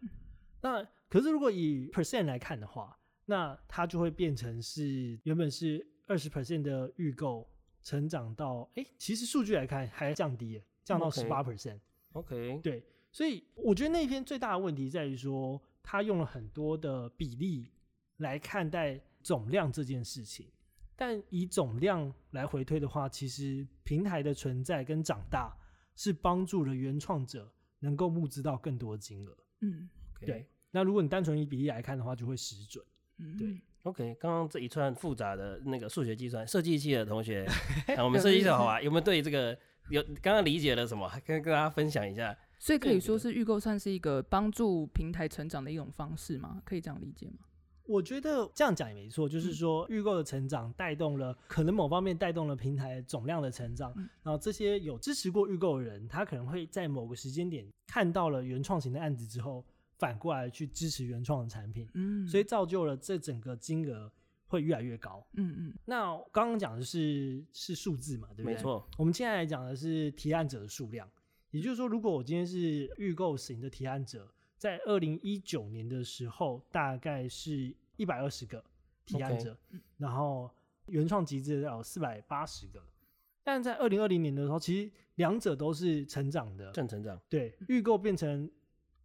Speaker 1: 那可是如果以 percent 来看的话，那它就会变成是原本是二十 percent 的预购，成长到哎，其实数据来看还降低了，降到十
Speaker 3: OK
Speaker 1: 八 percent。
Speaker 3: OK，
Speaker 1: 对，所以我觉得那篇最大的问题在于说，他用了很多的比例来看待总量这件事情，但以总量来回推的话，其实平台的存在跟长大是帮助了原创者能够募资到更多金额。
Speaker 2: 嗯
Speaker 1: 对，那如果你单纯以比例来看的话，就会失准。
Speaker 2: 嗯，
Speaker 1: 对
Speaker 2: 嗯
Speaker 3: OK，刚刚这一串复杂的那个数学计算，设计系的 同学，啊、我们设计系的好啊，有没有对这个有刚刚理解了什么？跟跟大家分享一下。
Speaker 2: 所以可
Speaker 3: 对
Speaker 2: 以
Speaker 3: 我觉
Speaker 2: 说
Speaker 3: 得
Speaker 2: 是预购算是一个帮助平台成长的一种方式吗？可以这样理解吗？
Speaker 1: 我觉得这样讲也没错，就是
Speaker 2: 嗯
Speaker 1: 说预购的成长带动了，可能某方面带动了平台总量的成长，
Speaker 2: 嗯
Speaker 1: 然后这些有支持过预购的人，他可能会在某个时间点看到了原创型的案子之后，反过来去支持原创的产品，
Speaker 2: 嗯，
Speaker 1: 所以造就了这整个金额会越来越高。
Speaker 2: 嗯嗯，
Speaker 1: 那刚刚讲的是是数字嘛，对不对？
Speaker 3: 没。错，
Speaker 1: 我们现在来讲的是提案者的数量，也就是说，如果我今天是预购型的提案者，在二零一九年的时候，大概是一百二十个提案者然后原创集资有四百八十个，但在二零二零年的时候，其实两者都是成长的，
Speaker 3: 正成长，
Speaker 1: 对，预购变成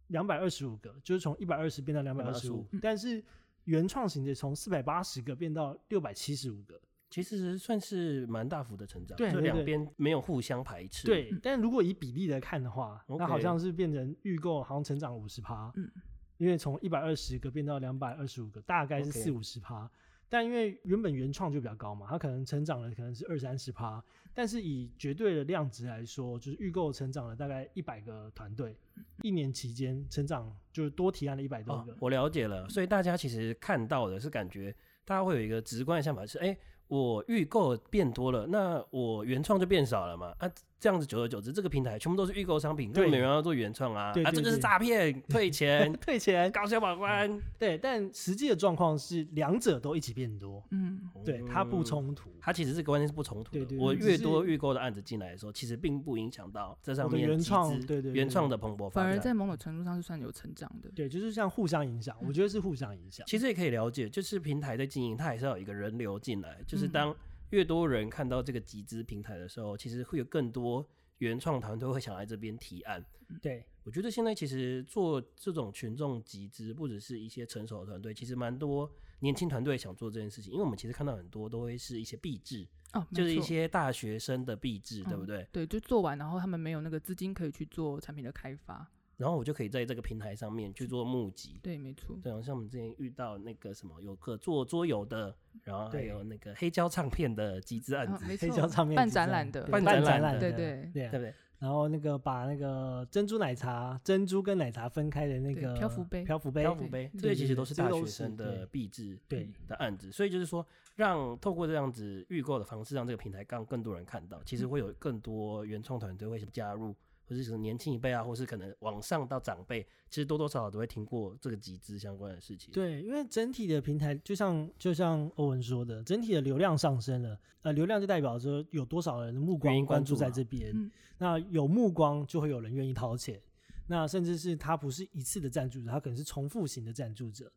Speaker 1: 两百二十五个，就是从一百二十变到两百二十
Speaker 3: 225
Speaker 1: 五，但是原创型的从四百八十个变到六百七十五个。
Speaker 3: 其实算是蛮大幅的成长，
Speaker 1: 对
Speaker 3: 这
Speaker 1: 对
Speaker 3: 两
Speaker 1: 对
Speaker 3: 边没有互相排斥，
Speaker 1: 对，但如果以比例来看的话，那好
Speaker 3: 嗯 OK
Speaker 1: 像是变成预购好像成长五十趴，
Speaker 2: 嗯，
Speaker 1: 因为从一百二十个变到两百二十五个，大概是
Speaker 3: OK
Speaker 1: 四五十趴。但因为原本原创就比较高嘛，它可能成长了可能是二三十趴，但是以绝对的量值来说，就是预购成长了大概一百个团队，一年期间成长就是多提案了一百多
Speaker 3: 哦
Speaker 1: 个。，
Speaker 3: 我了解了，所以大家其实看到的是感觉，大家会有一个直观的想法是，哎、我预购变多了，那我原创就变少了嘛？啊，这样子久而久之，这个平台全部都是预购商品，根
Speaker 1: 对
Speaker 3: 本没有人要做原创啊！
Speaker 1: 对
Speaker 3: 啊，
Speaker 1: 对
Speaker 3: 这就是
Speaker 1: 对，
Speaker 3: 诈骗，退钱
Speaker 1: 退钱，
Speaker 3: 搞小保官。
Speaker 1: 对，但实际的状况是两者都一起变多，
Speaker 2: 嗯，
Speaker 1: 对，它不
Speaker 3: 嗯，
Speaker 1: 冲突。
Speaker 3: 它其实这个观念是不冲突
Speaker 1: 对
Speaker 3: 的。
Speaker 1: 对对
Speaker 3: 我
Speaker 1: 只
Speaker 3: 越多
Speaker 1: 是
Speaker 3: 预购的案子进来的时候，其实并不影响到这上
Speaker 1: 我的
Speaker 3: 面
Speaker 1: 原
Speaker 3: 集资
Speaker 1: 创对对对
Speaker 3: 原
Speaker 1: 对
Speaker 3: 创的蓬勃发
Speaker 2: 反
Speaker 3: 展，
Speaker 2: 而在某种程度上是算有成长的。
Speaker 1: 对，就是像互相影响，我觉得是互相影响。
Speaker 3: 其实也可以了解，就是平台在经营，它还是要有一个人流进来。就是
Speaker 2: 嗯
Speaker 3: 当越多人看到这个集资平台的时候，其实会有更多原创团队会想来这边提案。
Speaker 2: 嗯
Speaker 1: 对，
Speaker 3: 我觉得现在其实做这种群众集资，不只是一些成熟的团队，其实蛮多年轻团队想做这件事情。因为我们其实看到很多都会是一些币制，
Speaker 2: 哦，没
Speaker 3: 就是一
Speaker 2: 错
Speaker 3: 些大学生的币制，对不
Speaker 2: 嗯
Speaker 3: 对？
Speaker 2: 对，就做完，然后他们没有那个资金可以去做产品的开发。
Speaker 3: 然后我就可以在这个平台上面去做募集。
Speaker 2: 对，没错。
Speaker 3: 对，啊像我们之前遇到那个什么，有个做桌游的，然后还
Speaker 1: 对
Speaker 3: 有那个黑胶唱片的集资案
Speaker 2: 啊
Speaker 3: 子，
Speaker 2: 没
Speaker 1: 黑胶
Speaker 2: 错，
Speaker 1: 唱片
Speaker 2: 办
Speaker 1: 集这样
Speaker 2: 展览的
Speaker 1: 对
Speaker 3: 办
Speaker 1: 展
Speaker 3: 展览
Speaker 1: 览
Speaker 3: 的
Speaker 1: 的，
Speaker 2: 对对
Speaker 1: 对啊
Speaker 3: 对不对？
Speaker 1: 然后那个把那个珍珠奶茶、珍珠跟奶茶分开的那
Speaker 2: 对
Speaker 1: 个
Speaker 2: 漂浮杯
Speaker 1: 漂浮杯，
Speaker 3: 漂浮
Speaker 2: 对
Speaker 3: 杯，
Speaker 1: 对
Speaker 3: 这些
Speaker 1: 对
Speaker 3: 其实
Speaker 1: 对
Speaker 3: 都是
Speaker 1: 这
Speaker 3: 大
Speaker 1: 都
Speaker 3: 学
Speaker 1: 是
Speaker 3: 生的
Speaker 1: 对
Speaker 3: 币制
Speaker 1: 对
Speaker 3: 的案子，所以就是说，让透过这样子预购的方式，让这个平台让更多人看到，其实
Speaker 1: 嗯
Speaker 3: 会有更多原创团队会加入，或是说年轻一辈啊，或是可能往上到长辈，其实多多少少都会听过这个集资相关的事情。
Speaker 1: 对，因为整体的平台就像就像欧文说的，整体的流量上升了，呃，流量就代表着有多少人的目
Speaker 3: 愿意
Speaker 1: 光
Speaker 3: 关
Speaker 1: 关注
Speaker 3: 注
Speaker 1: 在
Speaker 3: 嘛
Speaker 1: 这边，
Speaker 2: 嗯
Speaker 1: 那有目光就会有人愿意掏钱，那甚至是他不是一次的赞助者，他可能是重复型的赞助者。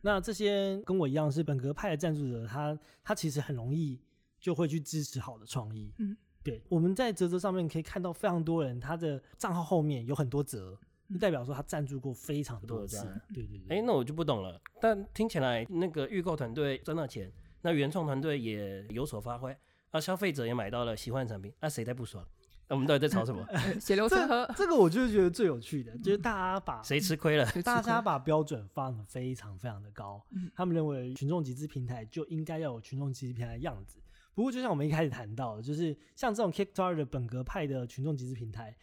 Speaker 1: 那这些跟我一样是本格派的赞助者，他他其实很容易就会去支持好的创意。
Speaker 2: 嗯，
Speaker 1: 对，我们在泽泽上面可以看到非常多人，他的账号后面有很多泽，
Speaker 2: 嗯
Speaker 1: 就代表说他赞助过非常
Speaker 3: 多
Speaker 1: 多
Speaker 3: 的
Speaker 1: 次
Speaker 3: 赞。
Speaker 1: 对对对。
Speaker 3: 哎，那我就不懂了。但听起来那个预购团队赚到钱，那原创团队也有所发挥，啊，消费者也买到了喜欢的产品，那、谁在不爽？那、我们到底在吵 什么？
Speaker 2: 呃血流成河
Speaker 1: 这。这个我就觉得最有趣的，就是大家把
Speaker 3: 谁吃亏了？
Speaker 2: 就吃
Speaker 1: 大
Speaker 2: 亏
Speaker 1: 家把标准放得非常非常的高，
Speaker 2: 嗯
Speaker 1: 他们认为群众集资平台就应该要有群众集资平台的样子。不过，就像我们一开始谈到的，就是像这种 Kickstarter 的本格派的群众集资平台，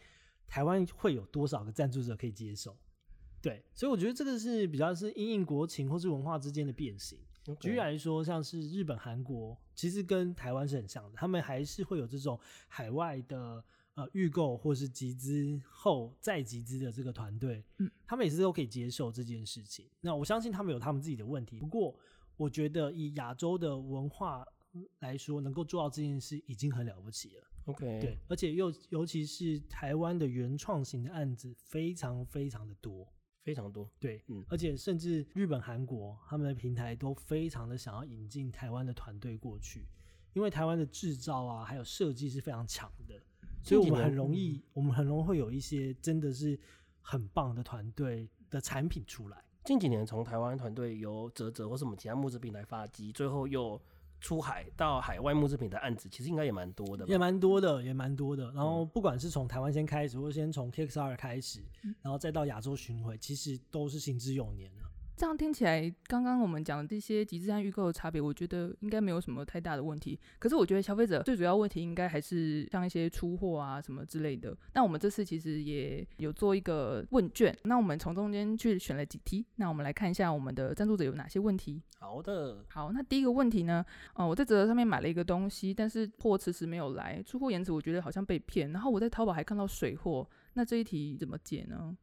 Speaker 1: 台湾会有多少个赞助者可以接受？对，所以我觉得这个是比较是因应国情或是文化之间的变形。举例来说，像是日本、韩国，其实跟台湾是很像的，他们还是会有这种海外的呃预购或是集资后再集资的这个团队，
Speaker 2: 嗯
Speaker 1: 他们也是都可以接受这件事情。那我相信他们有他们自己的问题，不过我觉得以亚洲的文化嗯来说，能够做到这件事已经很了不起了。
Speaker 3: OK，
Speaker 1: 对，而且又尤其是台湾的原创型的案子非常非常的多。
Speaker 3: 非常多。
Speaker 1: 对，
Speaker 3: 嗯
Speaker 1: 而且甚至日本、韩国他们的平台都非常的想要引进台湾的团队过去，因为台湾的制造啊，还有设计是非常强的，所以我
Speaker 3: 近几
Speaker 1: 们很
Speaker 3: 年
Speaker 1: 容易，我们很容易会有一些真的是很棒的团队的产品出来。
Speaker 3: 近几年从台湾团队由泽泽或什么其他募资平台发机，最后又出海到海外募资平台案子，其实应该也蛮多的
Speaker 1: 也
Speaker 3: 吧。嗯
Speaker 1: 蛮多的，也蛮多的。然后不管是从台湾先开始，或者先从 Kickstarter 开始，
Speaker 3: 嗯
Speaker 1: 然后再到亚洲巡回，其实都是行之有年了。
Speaker 2: 这样听起来，刚刚我们讲的这些集资和预购的差别，我觉得应该没有什么太大的问题。可是我觉得消费者最主要问题应该还是像一些出货啊什么之类的。那我们这次其实也有做一个问卷，那我们从中间去选了几题，那我们来看一下我们的赞助者有哪些问题。
Speaker 3: 好的，
Speaker 2: 好，那第一个问题呢？哦，我在泽泽上面买了一个东西，但是货迟迟没有来，出货延迟，我觉得好像被骗。然后我在淘宝还看到水货，那这一题怎么解呢？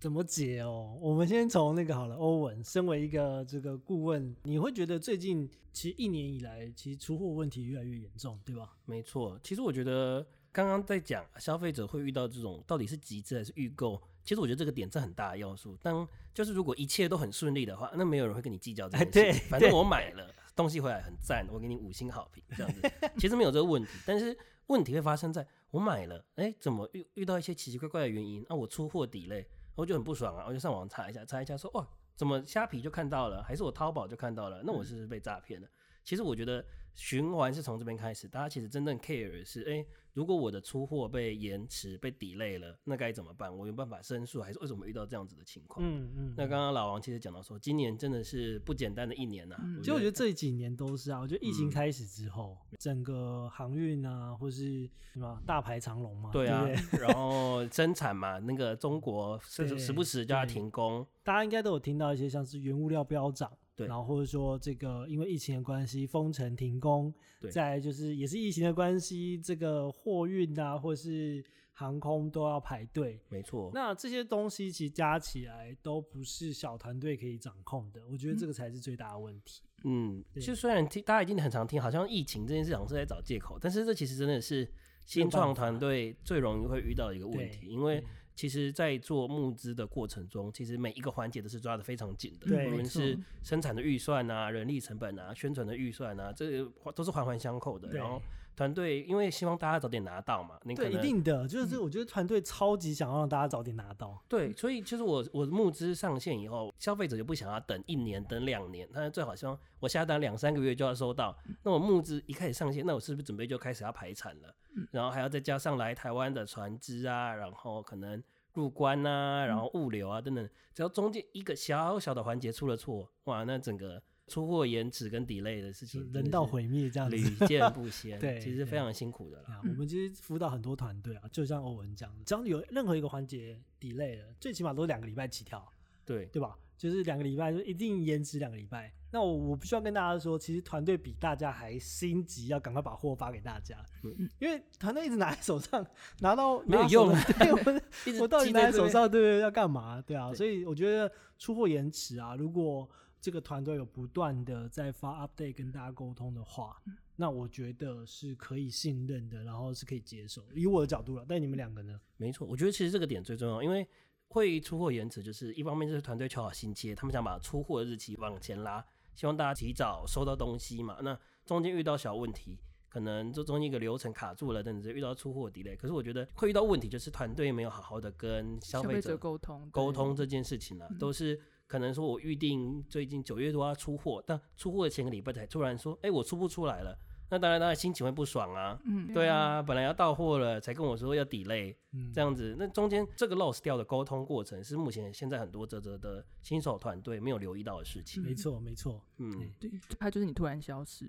Speaker 1: 怎么解哦？我们先从那个好了，欧文，身为一个这个顾问，你会觉得最近其实一年以来，其实出货问题越来越严重，对吧？
Speaker 3: 没错，其实我觉得刚刚在讲消费者会遇到这种到底是集资还是预购，其实我觉得这个点是很大的要素。当就是如果一切都很顺利的话，那没有人会跟你计较这件事。
Speaker 1: 哎对
Speaker 3: 反正我买了东西回来很赞，我给你五星好评这样子，其实没有这个问题。但是问题会发生在我买了，哎，怎么遇遇到一些奇奇怪怪的原因啊？我出货底嘞，我就很不爽啊，我就上网查一下，查一下说哇，怎么虾皮就看到了，还是我淘宝就看到了？那
Speaker 1: 嗯
Speaker 3: 我是不是被诈骗了？其实我觉得循环是从这边开始，大家其实真正 care 的是，哎、如果我的出货被延迟、被 delay 了，那该怎么办？我有办法申诉，还是为什么遇到这样子的情况？
Speaker 1: 嗯嗯。
Speaker 3: 那刚刚老王其实讲到说，今年真的是不简单的一年呐、
Speaker 2: 嗯
Speaker 1: 其实我觉
Speaker 3: 得
Speaker 1: 得这几年都是啊，我觉得疫
Speaker 3: 嗯
Speaker 1: 情开始之后，整个航运啊，或是什么大排长龙嘛，
Speaker 3: 对啊
Speaker 1: 不对，
Speaker 3: 然后生产嘛，那个中国时
Speaker 1: 对
Speaker 3: 时不时就要停工，
Speaker 1: 大家应该都有听到一些像是原物料飙涨，
Speaker 3: 对
Speaker 1: 然后或者说这个因为疫情的关系封城停工，
Speaker 3: 对
Speaker 1: 再来就是也是疫情的关系，这个货运啊或是航空都要排队。
Speaker 3: 没错。
Speaker 1: 那这些东西其实加起来都不是小团队可以掌控的，我觉得这个才是最大的问题。
Speaker 3: 嗯，其
Speaker 1: 对
Speaker 3: 实虽然听大家已经很常听，好像疫情这件事好像是在找借口，但是这其实真的是新创团队最容易会遇到的一个问题，因为
Speaker 1: 对
Speaker 3: 其实，在做募资的过程中，其实每一个环节都是抓的非常紧的，
Speaker 1: 对
Speaker 3: 无
Speaker 2: 嗯
Speaker 3: 论
Speaker 2: 没错
Speaker 3: 是生产的预算啊、人力成本啊、宣传的预算啊，这个都是环环相扣的。
Speaker 1: 对
Speaker 3: 然后团队因为希望大家早点拿到嘛，你可
Speaker 1: 对，
Speaker 3: 能嗯
Speaker 1: 一定的，就是我觉得团队超级想要让大家早点拿到。
Speaker 3: 对，所以其实我我募资上线以后，消费者就不想要等一年、等两年，他最好希望我下单两三个月就要收到。那我募资一开始上线，那我是不是准备就开始要排产了？
Speaker 1: 嗯
Speaker 3: 然后还要再加上来台湾的船只啊，然后可能入关啊，然后物流啊等等，只要中间一个小小的环节出了错，哇，那整个出货延迟跟 delay 的事
Speaker 1: 就
Speaker 3: 情真的
Speaker 1: 人道
Speaker 3: 是
Speaker 1: 毁灭这样子。
Speaker 3: 屡见不 鲜，
Speaker 1: 对
Speaker 3: 其实非
Speaker 1: 对
Speaker 3: 常辛苦的啦。
Speaker 1: 啊，我们其实辅导很多团队啊，就像欧文讲的，只要有任何一个环节 delay 了，最起码都两个礼拜起跳，
Speaker 3: 对，
Speaker 1: 对吧？就是两个礼拜，就一定延迟两个礼拜。那我我必须要跟大家说，其实团队比大家还心急，要赶快把货发给大家，
Speaker 3: 嗯
Speaker 1: 因为团队一直拿在手上，拿到
Speaker 3: 没有
Speaker 1: 拿手
Speaker 3: 用啊
Speaker 1: 上对， 我
Speaker 3: 一直
Speaker 1: 我到底
Speaker 3: 积
Speaker 1: 拿在
Speaker 3: 这
Speaker 1: 手
Speaker 3: 边
Speaker 1: 上，对不对？要干嘛？对啊，
Speaker 3: 对
Speaker 1: 所以我觉得出货延迟啊，如果这个团队有不断的在发 update 跟大家沟通的话，
Speaker 3: 嗯
Speaker 1: 那我觉得是可以信任的，然后是可以接受。以我的角度了，但你们两个呢？
Speaker 3: 没错，我觉得其实这个点最重要，因为会出货延迟，就是一方面就是团队求好心切，他们想把出货的日期往前拉，希望大家提早收到东西嘛。那中间遇到小问题，可能这中间一个流程卡住了，等等，遇到出货 delay。可是我觉得会遇到问题，就是团队没有好好的跟消
Speaker 2: 消
Speaker 3: 费
Speaker 2: 费者
Speaker 3: 者
Speaker 2: 沟通嗯
Speaker 3: 沟通这件事情呢、都是可能说我预定最近九月多要出货，但出货的前个礼拜才突然说，哎，我出不出来了。那当然，当然心情会不爽啊。
Speaker 2: 嗯
Speaker 3: 对，啊，本来要到货了，才跟我说要 delay，
Speaker 1: 嗯，
Speaker 3: 这样子，那中间这个 loss 掉的沟通过程是目前现在很多泽泽的新手团队没有留意到的事情。
Speaker 1: 没错，没错，
Speaker 3: 嗯，
Speaker 2: 对，最怕就是你突然消失，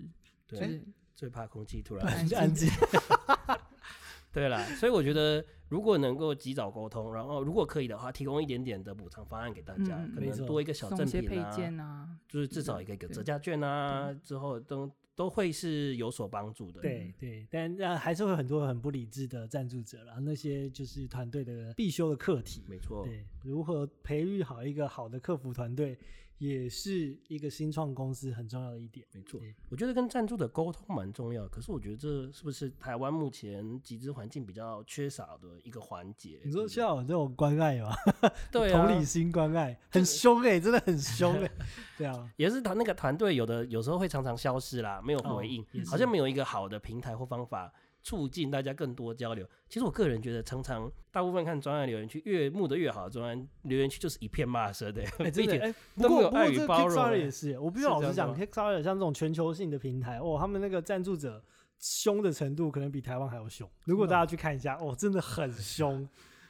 Speaker 2: 就
Speaker 3: 对，
Speaker 2: 是
Speaker 3: 最怕空气突
Speaker 1: 不
Speaker 3: 然。
Speaker 1: 然
Speaker 2: 安
Speaker 1: 就安静
Speaker 2: 静。
Speaker 3: 对啦，所以我觉得如果能够及早沟通，然后如果可以的话，提供一点点的补偿方案给大家，
Speaker 2: 嗯
Speaker 3: 可
Speaker 1: 没
Speaker 3: 能
Speaker 1: 错
Speaker 3: 多一个小
Speaker 2: 送
Speaker 3: 赠
Speaker 2: 一些
Speaker 3: 品
Speaker 2: 配
Speaker 3: 啊，
Speaker 2: 件 啊，
Speaker 3: 就是至少一个
Speaker 1: 嗯
Speaker 3: 一个
Speaker 2: 对
Speaker 3: 折价券啊，之后都都会是有所帮助的。
Speaker 1: 对对，但那还是会有很多很不理智的赞助者啦，那些就是团队的必修的课题。
Speaker 3: 没错。
Speaker 1: 对，如何培育好一个好的客服团队，也是一个新创公司很重要的一点。
Speaker 3: 没错
Speaker 1: 对，
Speaker 3: 我觉得跟赞助的沟通蛮重要，可是我觉得这是不是台湾目前集资环境比较缺少的一个环节？
Speaker 1: 你说
Speaker 3: 对不对
Speaker 1: 需要有这种关爱吗？
Speaker 3: 对啊，
Speaker 1: 同理心关爱，很凶哎、真的很凶哎、对啊，
Speaker 3: 也是他那个团队有的有时候会常常消失啦，没有回应，
Speaker 1: 哦也是
Speaker 3: 好像没有一个好的平台或方法促进大家更多交流。其实我个人觉得，常常大部分看专案留言区，越募的越好的专案留言区就是一片 骂声的，
Speaker 1: 哎、
Speaker 3: 并
Speaker 1: 真的
Speaker 3: 且
Speaker 1: 哎、不
Speaker 3: 都没
Speaker 1: 过
Speaker 3: 有
Speaker 1: 不过
Speaker 3: 爱与
Speaker 1: 这个
Speaker 3: 包容
Speaker 1: Kickstarter
Speaker 3: 哎
Speaker 1: 也是，欸我必须
Speaker 3: 是
Speaker 1: 老
Speaker 3: 这
Speaker 1: 实
Speaker 3: 样
Speaker 1: 讲
Speaker 3: 吗
Speaker 1: ，Kickstarter 像这种全球性的平台，哦，他们那个赞助者凶的程度可能比台湾还要凶。如果
Speaker 3: 真的
Speaker 1: 大
Speaker 3: 哦
Speaker 1: 家去看一下，哦，真的很 凶，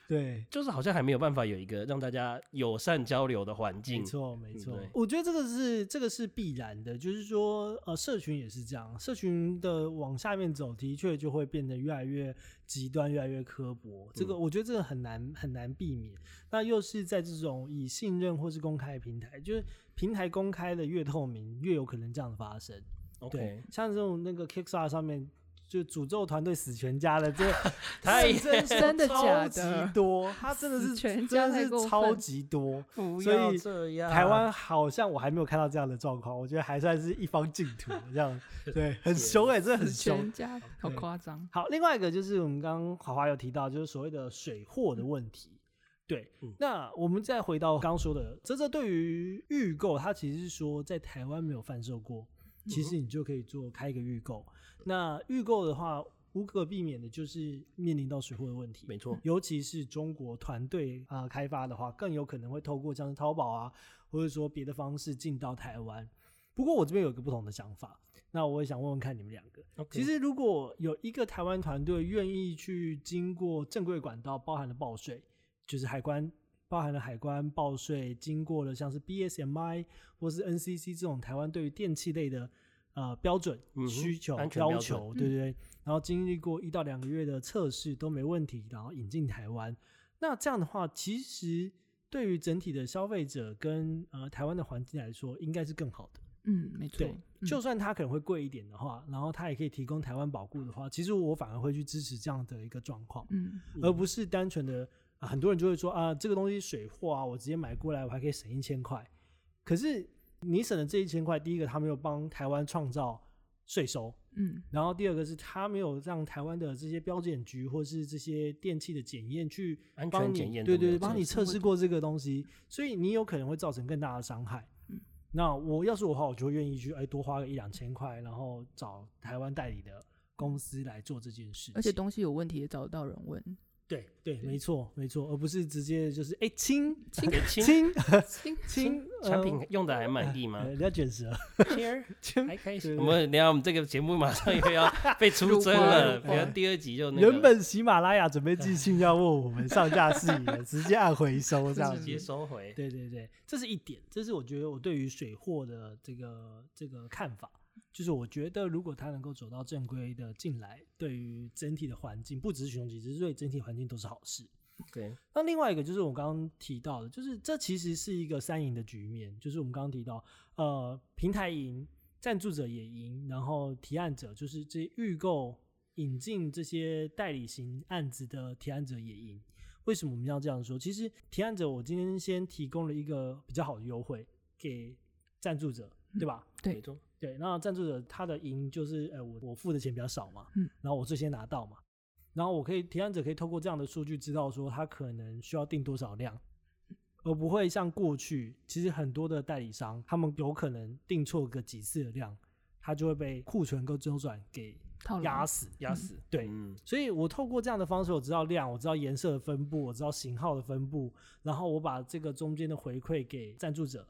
Speaker 1: 对。
Speaker 3: 就是好像还没有办法有一个让大家友善交流的环境
Speaker 1: 没。错，没错
Speaker 3: 对，
Speaker 1: 我觉得这个是这个是必然的，就是说，呃，社群也是这样，社群的往下面走，的确就会变得越来越极端，越来越刻薄。这个、
Speaker 3: 嗯
Speaker 1: 我觉得这个很难很难避免。那又是在这种以信任或是公开的平台，就是平台公开的越透明，越有可能这样发生。对
Speaker 3: OK，，
Speaker 1: 像这种那个 Kickstarter 上面。就诅咒团队死全家的，这
Speaker 3: 太
Speaker 1: 认真说
Speaker 2: 真的假的
Speaker 1: 超级多，他真的是
Speaker 2: 死全家
Speaker 1: 真的
Speaker 2: 太过
Speaker 1: 是
Speaker 2: 分
Speaker 1: 超级多。
Speaker 3: 不
Speaker 1: 所
Speaker 3: 要
Speaker 1: 以
Speaker 3: 这样。
Speaker 1: 台湾好像我还没有看到这样的状况，我觉得还算是一方净土这 样，对，很凶哎、真的很
Speaker 2: 是
Speaker 1: 凶
Speaker 2: 全。家好
Speaker 3: 嗯
Speaker 1: 对
Speaker 2: 夸张，
Speaker 1: 好，另外一个就是我们刚刚华华有提到，就是所谓的水货的问题。对
Speaker 3: 嗯，
Speaker 1: 那我们再回到刚刚说的，这这对于预购，它其实是说在台湾没有贩售过，其
Speaker 3: 嗯
Speaker 1: 实你就可以做开一个预购。那预购的话，无可避免的就是面临到水货的问题。
Speaker 3: 没错，
Speaker 1: 尤其是中国团队啊、呃开发的话，更有可能会透过像是淘宝啊，或者说别的方式进到台湾。不过我这边有一个不同的想法，那我也想问问看你们两个。其实如果有一个台湾团队愿意去经过正规管道，包含了报税，就是海关。包含了海关报税，经过了像是 BSMI 或是 NCC 这种台湾对于电器类的呃标准
Speaker 3: 嗯哼
Speaker 1: 需求、
Speaker 3: 安全标
Speaker 1: 要
Speaker 3: 准嗯
Speaker 1: 求，对对对。然后经历过一到两个月的测试都没问题，然后引进台湾。那这样的话，其实对于整体的消费者跟呃台湾的环境来说，应该是更好的。
Speaker 2: 嗯，没错
Speaker 1: 对，就算它可能会贵一点的话，然后它也可以提供台湾保固的话，其实我反而会去支持这样的一个状况，
Speaker 2: 嗯
Speaker 1: 而不是单纯的、啊很多人就会说啊，这个东西水货啊，我直接买过来，我还可以省一千块。可是你省的这一千块，第一个它没有帮台湾创造税收，
Speaker 2: 嗯
Speaker 1: 然后第二个是它没有让台湾的这些标检局或是这些电器的检验去
Speaker 3: 安
Speaker 1: 帮
Speaker 3: 全
Speaker 1: 你
Speaker 3: 检验
Speaker 1: 对
Speaker 3: 都没
Speaker 1: 对对，
Speaker 3: 有
Speaker 1: 帮你测
Speaker 2: 测试
Speaker 1: 试过这个东西，所以你有可能会造成更大的伤害。
Speaker 2: 嗯
Speaker 1: 那我要是我的话，我就会愿意去哎多花个一两千块，然后找台湾代理的公司来做这件事情。
Speaker 2: 而且东西有问题也找得到人问，
Speaker 1: 对对，没错没错，而不是直接就是哎亲
Speaker 3: 亲 亲
Speaker 1: 亲呃
Speaker 2: 亲
Speaker 1: 亲
Speaker 3: 产品用的还满意吗？
Speaker 1: 人家卷舌，
Speaker 3: 亲
Speaker 1: 亲
Speaker 3: 还开
Speaker 1: 对
Speaker 3: 心。我们等一下我们这个节目马上又要被出征了，
Speaker 1: 花
Speaker 2: 入
Speaker 3: 不
Speaker 1: 入
Speaker 3: 要
Speaker 1: 花
Speaker 3: 第二集就那个
Speaker 1: 原本喜马拉雅准备寄信要问我们上架事宜 的，直接按回收这样
Speaker 3: 直
Speaker 1: 子
Speaker 3: 接。收回。
Speaker 1: 对对对，这是一点，这是我觉得我对于水货的这个这个看法，就是我觉得如果它能够走到正规的进来，对于整体的环境，不只是雄起，只是对整体环境都是好事。
Speaker 3: 对，
Speaker 1: 那另外一个就是我刚刚提到的，就是这其实是一个三赢的局面，就是我们刚刚提到，呃，平台赢，赞助者也赢，然后提案者就是这些预购引进这些代理型案子的提案者也赢。为什么我们要这样说？其实提案者我今天先提供了一个比较好的优惠给赞助者，对吧？
Speaker 2: 对
Speaker 3: 没错，
Speaker 1: 对，那赞助者他的赢就是，呃，我我付的钱比较少嘛，
Speaker 2: 嗯，
Speaker 1: 然后我最先拿到嘛，然后我可以提案者可以透过这样的数据知道说他可能需要订多少量，而不会像过去其实很多的代理商他们有可能订错个几次的量，他就会被库存跟周转给
Speaker 2: 套牢
Speaker 1: 压，死。
Speaker 3: 压死。
Speaker 1: 对
Speaker 3: 嗯，
Speaker 1: 所以我透过这样的方式，我知道量，我知道颜色的分布，我知道型号的分布，然后我把这个中间的回馈给赞助者，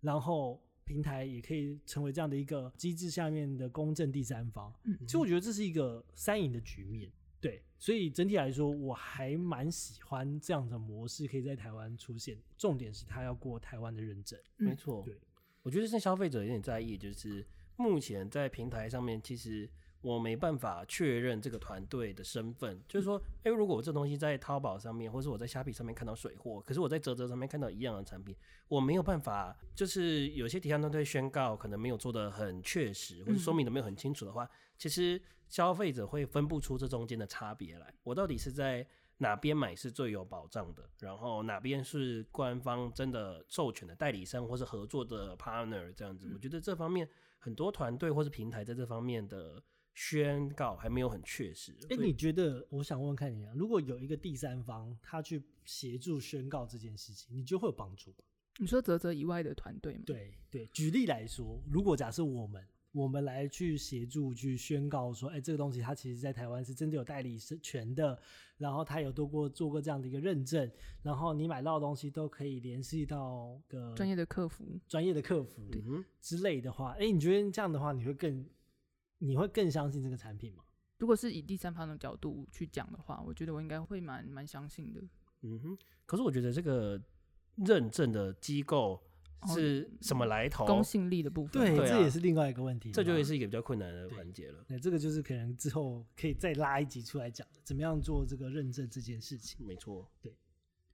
Speaker 1: 然后平台也可以成为这样的一个机制下面的公正第三方。
Speaker 2: 嗯
Speaker 1: 其实我觉得这是一个三赢的局面。对，所以整体来说，我还蛮喜欢这样的模式可以在台湾出现。重点是它要过台湾的认证。
Speaker 3: 没错。
Speaker 1: 对，
Speaker 3: 我觉得现在消费者有点在意，就是目前在平台上面，其实我没办法确认这个团队的身份。就是说，哎、如果我这东西在淘宝上面，或是我在虾皮上面看到水货，可是我在泽泽上面看到一样的产品，我没有办法，就是有些提案团队宣告可能没有做的很确实，或者说明的没有很清楚的话，其实消费者会分不出这中间的差别来。我到底是在哪边买是最有保障的，然后哪边是官方真的授权的代理商或是合作的 partner 这样子。我
Speaker 2: 嗯
Speaker 3: 觉得这方面很多团队或是平台在这方面的宣告还没有很确实。
Speaker 1: 哎、
Speaker 3: 所以
Speaker 1: 你觉得？我想问问看你啊，如果有一个第三方他去协助宣告这件事情，你觉得会有帮助吗？
Speaker 2: 你说泽泽以外的团队吗？，
Speaker 1: 对对，举例来说，如果假设我们我们来去协助去宣告说，哎、这个东西它其实在台湾是真的有代理是权的，然后它有做过做过这样的一个认证，然后你买到的东西都可以联系到个
Speaker 2: 专业的客服，
Speaker 1: 专业的客服
Speaker 3: 嗯哼
Speaker 1: 之类的话，哎、你觉得这样的话，你会更你会更相信这个产品吗？
Speaker 2: 如果是以第三方的角度去讲的话，我觉得我应该会蛮蛮相信的。
Speaker 3: 嗯哼，可是我觉得这个认证的机构
Speaker 2: 哦
Speaker 3: 是什么来头？
Speaker 2: 公信力的部分，
Speaker 3: 对啊
Speaker 1: 这也是另外一个问题，
Speaker 3: 这就也
Speaker 1: 是。
Speaker 3: 是一个比较困难的环节了。
Speaker 1: 对，这个就是可能之后可以再拉一集出来讲，怎么样做这个认证这件事情。
Speaker 3: 没错。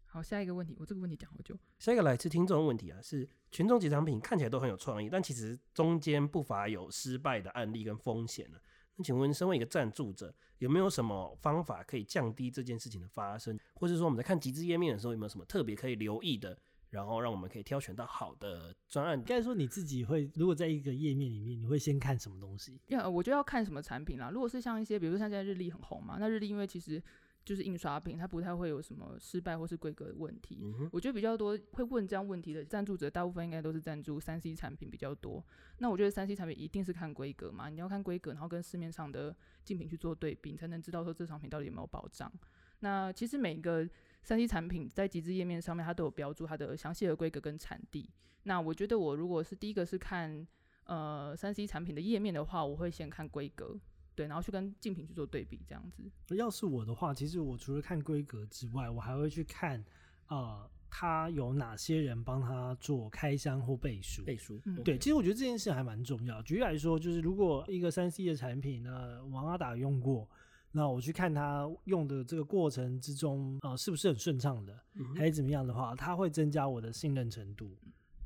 Speaker 2: 好，下一个问题，我这个问题讲好久，
Speaker 3: 下一个来自听众的问题啊，是群众集产品看起来都很有创意，但其实中间不乏有失败的案例跟风险呢、那请问，身为一个赞助者，有没有什么方法可以降低这件事情的发生，或者说我们在看集资页面的时候，有没有什么特别可以留意的，然后让我们可以挑选到好的专案
Speaker 1: 应？该说你自己会，如果在一个页面里面，你会先看什么东西？
Speaker 2: 要我就要看什么产品啦。如果是像一些，比如说像现在日历很红嘛，那日历因为其实就是印刷品，它不太会有什么失败或是规格的问题。
Speaker 3: 嗯哼，
Speaker 2: 我觉得比较多会问这样问题的赞助者，大部分应该都是赞助三 C 产品比较多。那我觉得三 C 产品一定是看规格嘛，你要看规格，然后跟市面上的竞品去做对比，你才能知道说这产品到底有没有保障。那其实每个三 C 产品在集资页面上面，它都有标注它的详细的规格跟产地。那我觉得我如果是第一个是看呃三 C 产品的页面的话，我会先看规格，对，然后去跟竞品去做对比，这样子。
Speaker 1: 要是我的话，其实我除了看规格之外，我还会去看，呃，他有哪些人帮他做开箱或背书。
Speaker 3: 背书，
Speaker 2: 嗯
Speaker 3: OK
Speaker 1: 对，其实我觉得这件事还蛮重要。举例来说，就是如果一个三 C 的产品呢，王阿达用过，那我去看他用的这个过程之中，呃，是不是很顺畅的，
Speaker 3: 嗯哼嗯
Speaker 1: 还是怎么样的话，它会增加我的信任程度。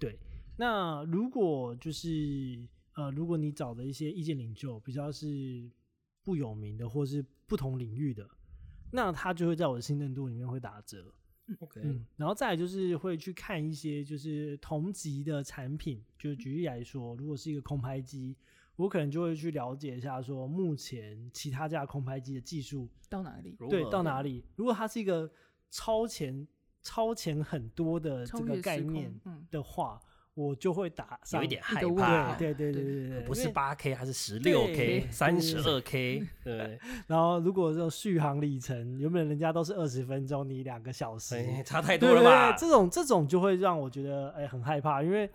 Speaker 1: 对，那如果就是呃，如果你找的一些意见领袖比较是不有名的，或是不同领域的，那他就会在我的信任度里面会打折。
Speaker 3: ，OK，
Speaker 1: 嗯，然后再来就是会去看一些就是同级的产品，就举例来说，如果是一个空拍机，我可能就会去了解一下说目前其他家空拍机的技术
Speaker 2: 到哪里？
Speaker 3: 如
Speaker 1: 对
Speaker 3: 何
Speaker 1: 到哪里。如果它是一个超前超前很多的这
Speaker 2: 超
Speaker 1: 个
Speaker 2: 越
Speaker 1: 概
Speaker 2: 时
Speaker 1: 念
Speaker 2: 空，嗯，
Speaker 1: 的话，我就会打上
Speaker 3: 有一点害
Speaker 2: 个问
Speaker 3: 怕，
Speaker 2: 题
Speaker 1: 对对对对对对，
Speaker 3: 不
Speaker 1: 因
Speaker 3: 是
Speaker 1: 为
Speaker 3: 八 K，它是十六 K、
Speaker 1: 对
Speaker 3: 三十二 K，对，
Speaker 1: 然后如果这种续航里程，原本人家都是二十分钟，你两个小时，
Speaker 3: 哎差太
Speaker 1: 对
Speaker 3: 多了吧？
Speaker 1: 对对这种这种就会让我觉得哎、很害怕，因为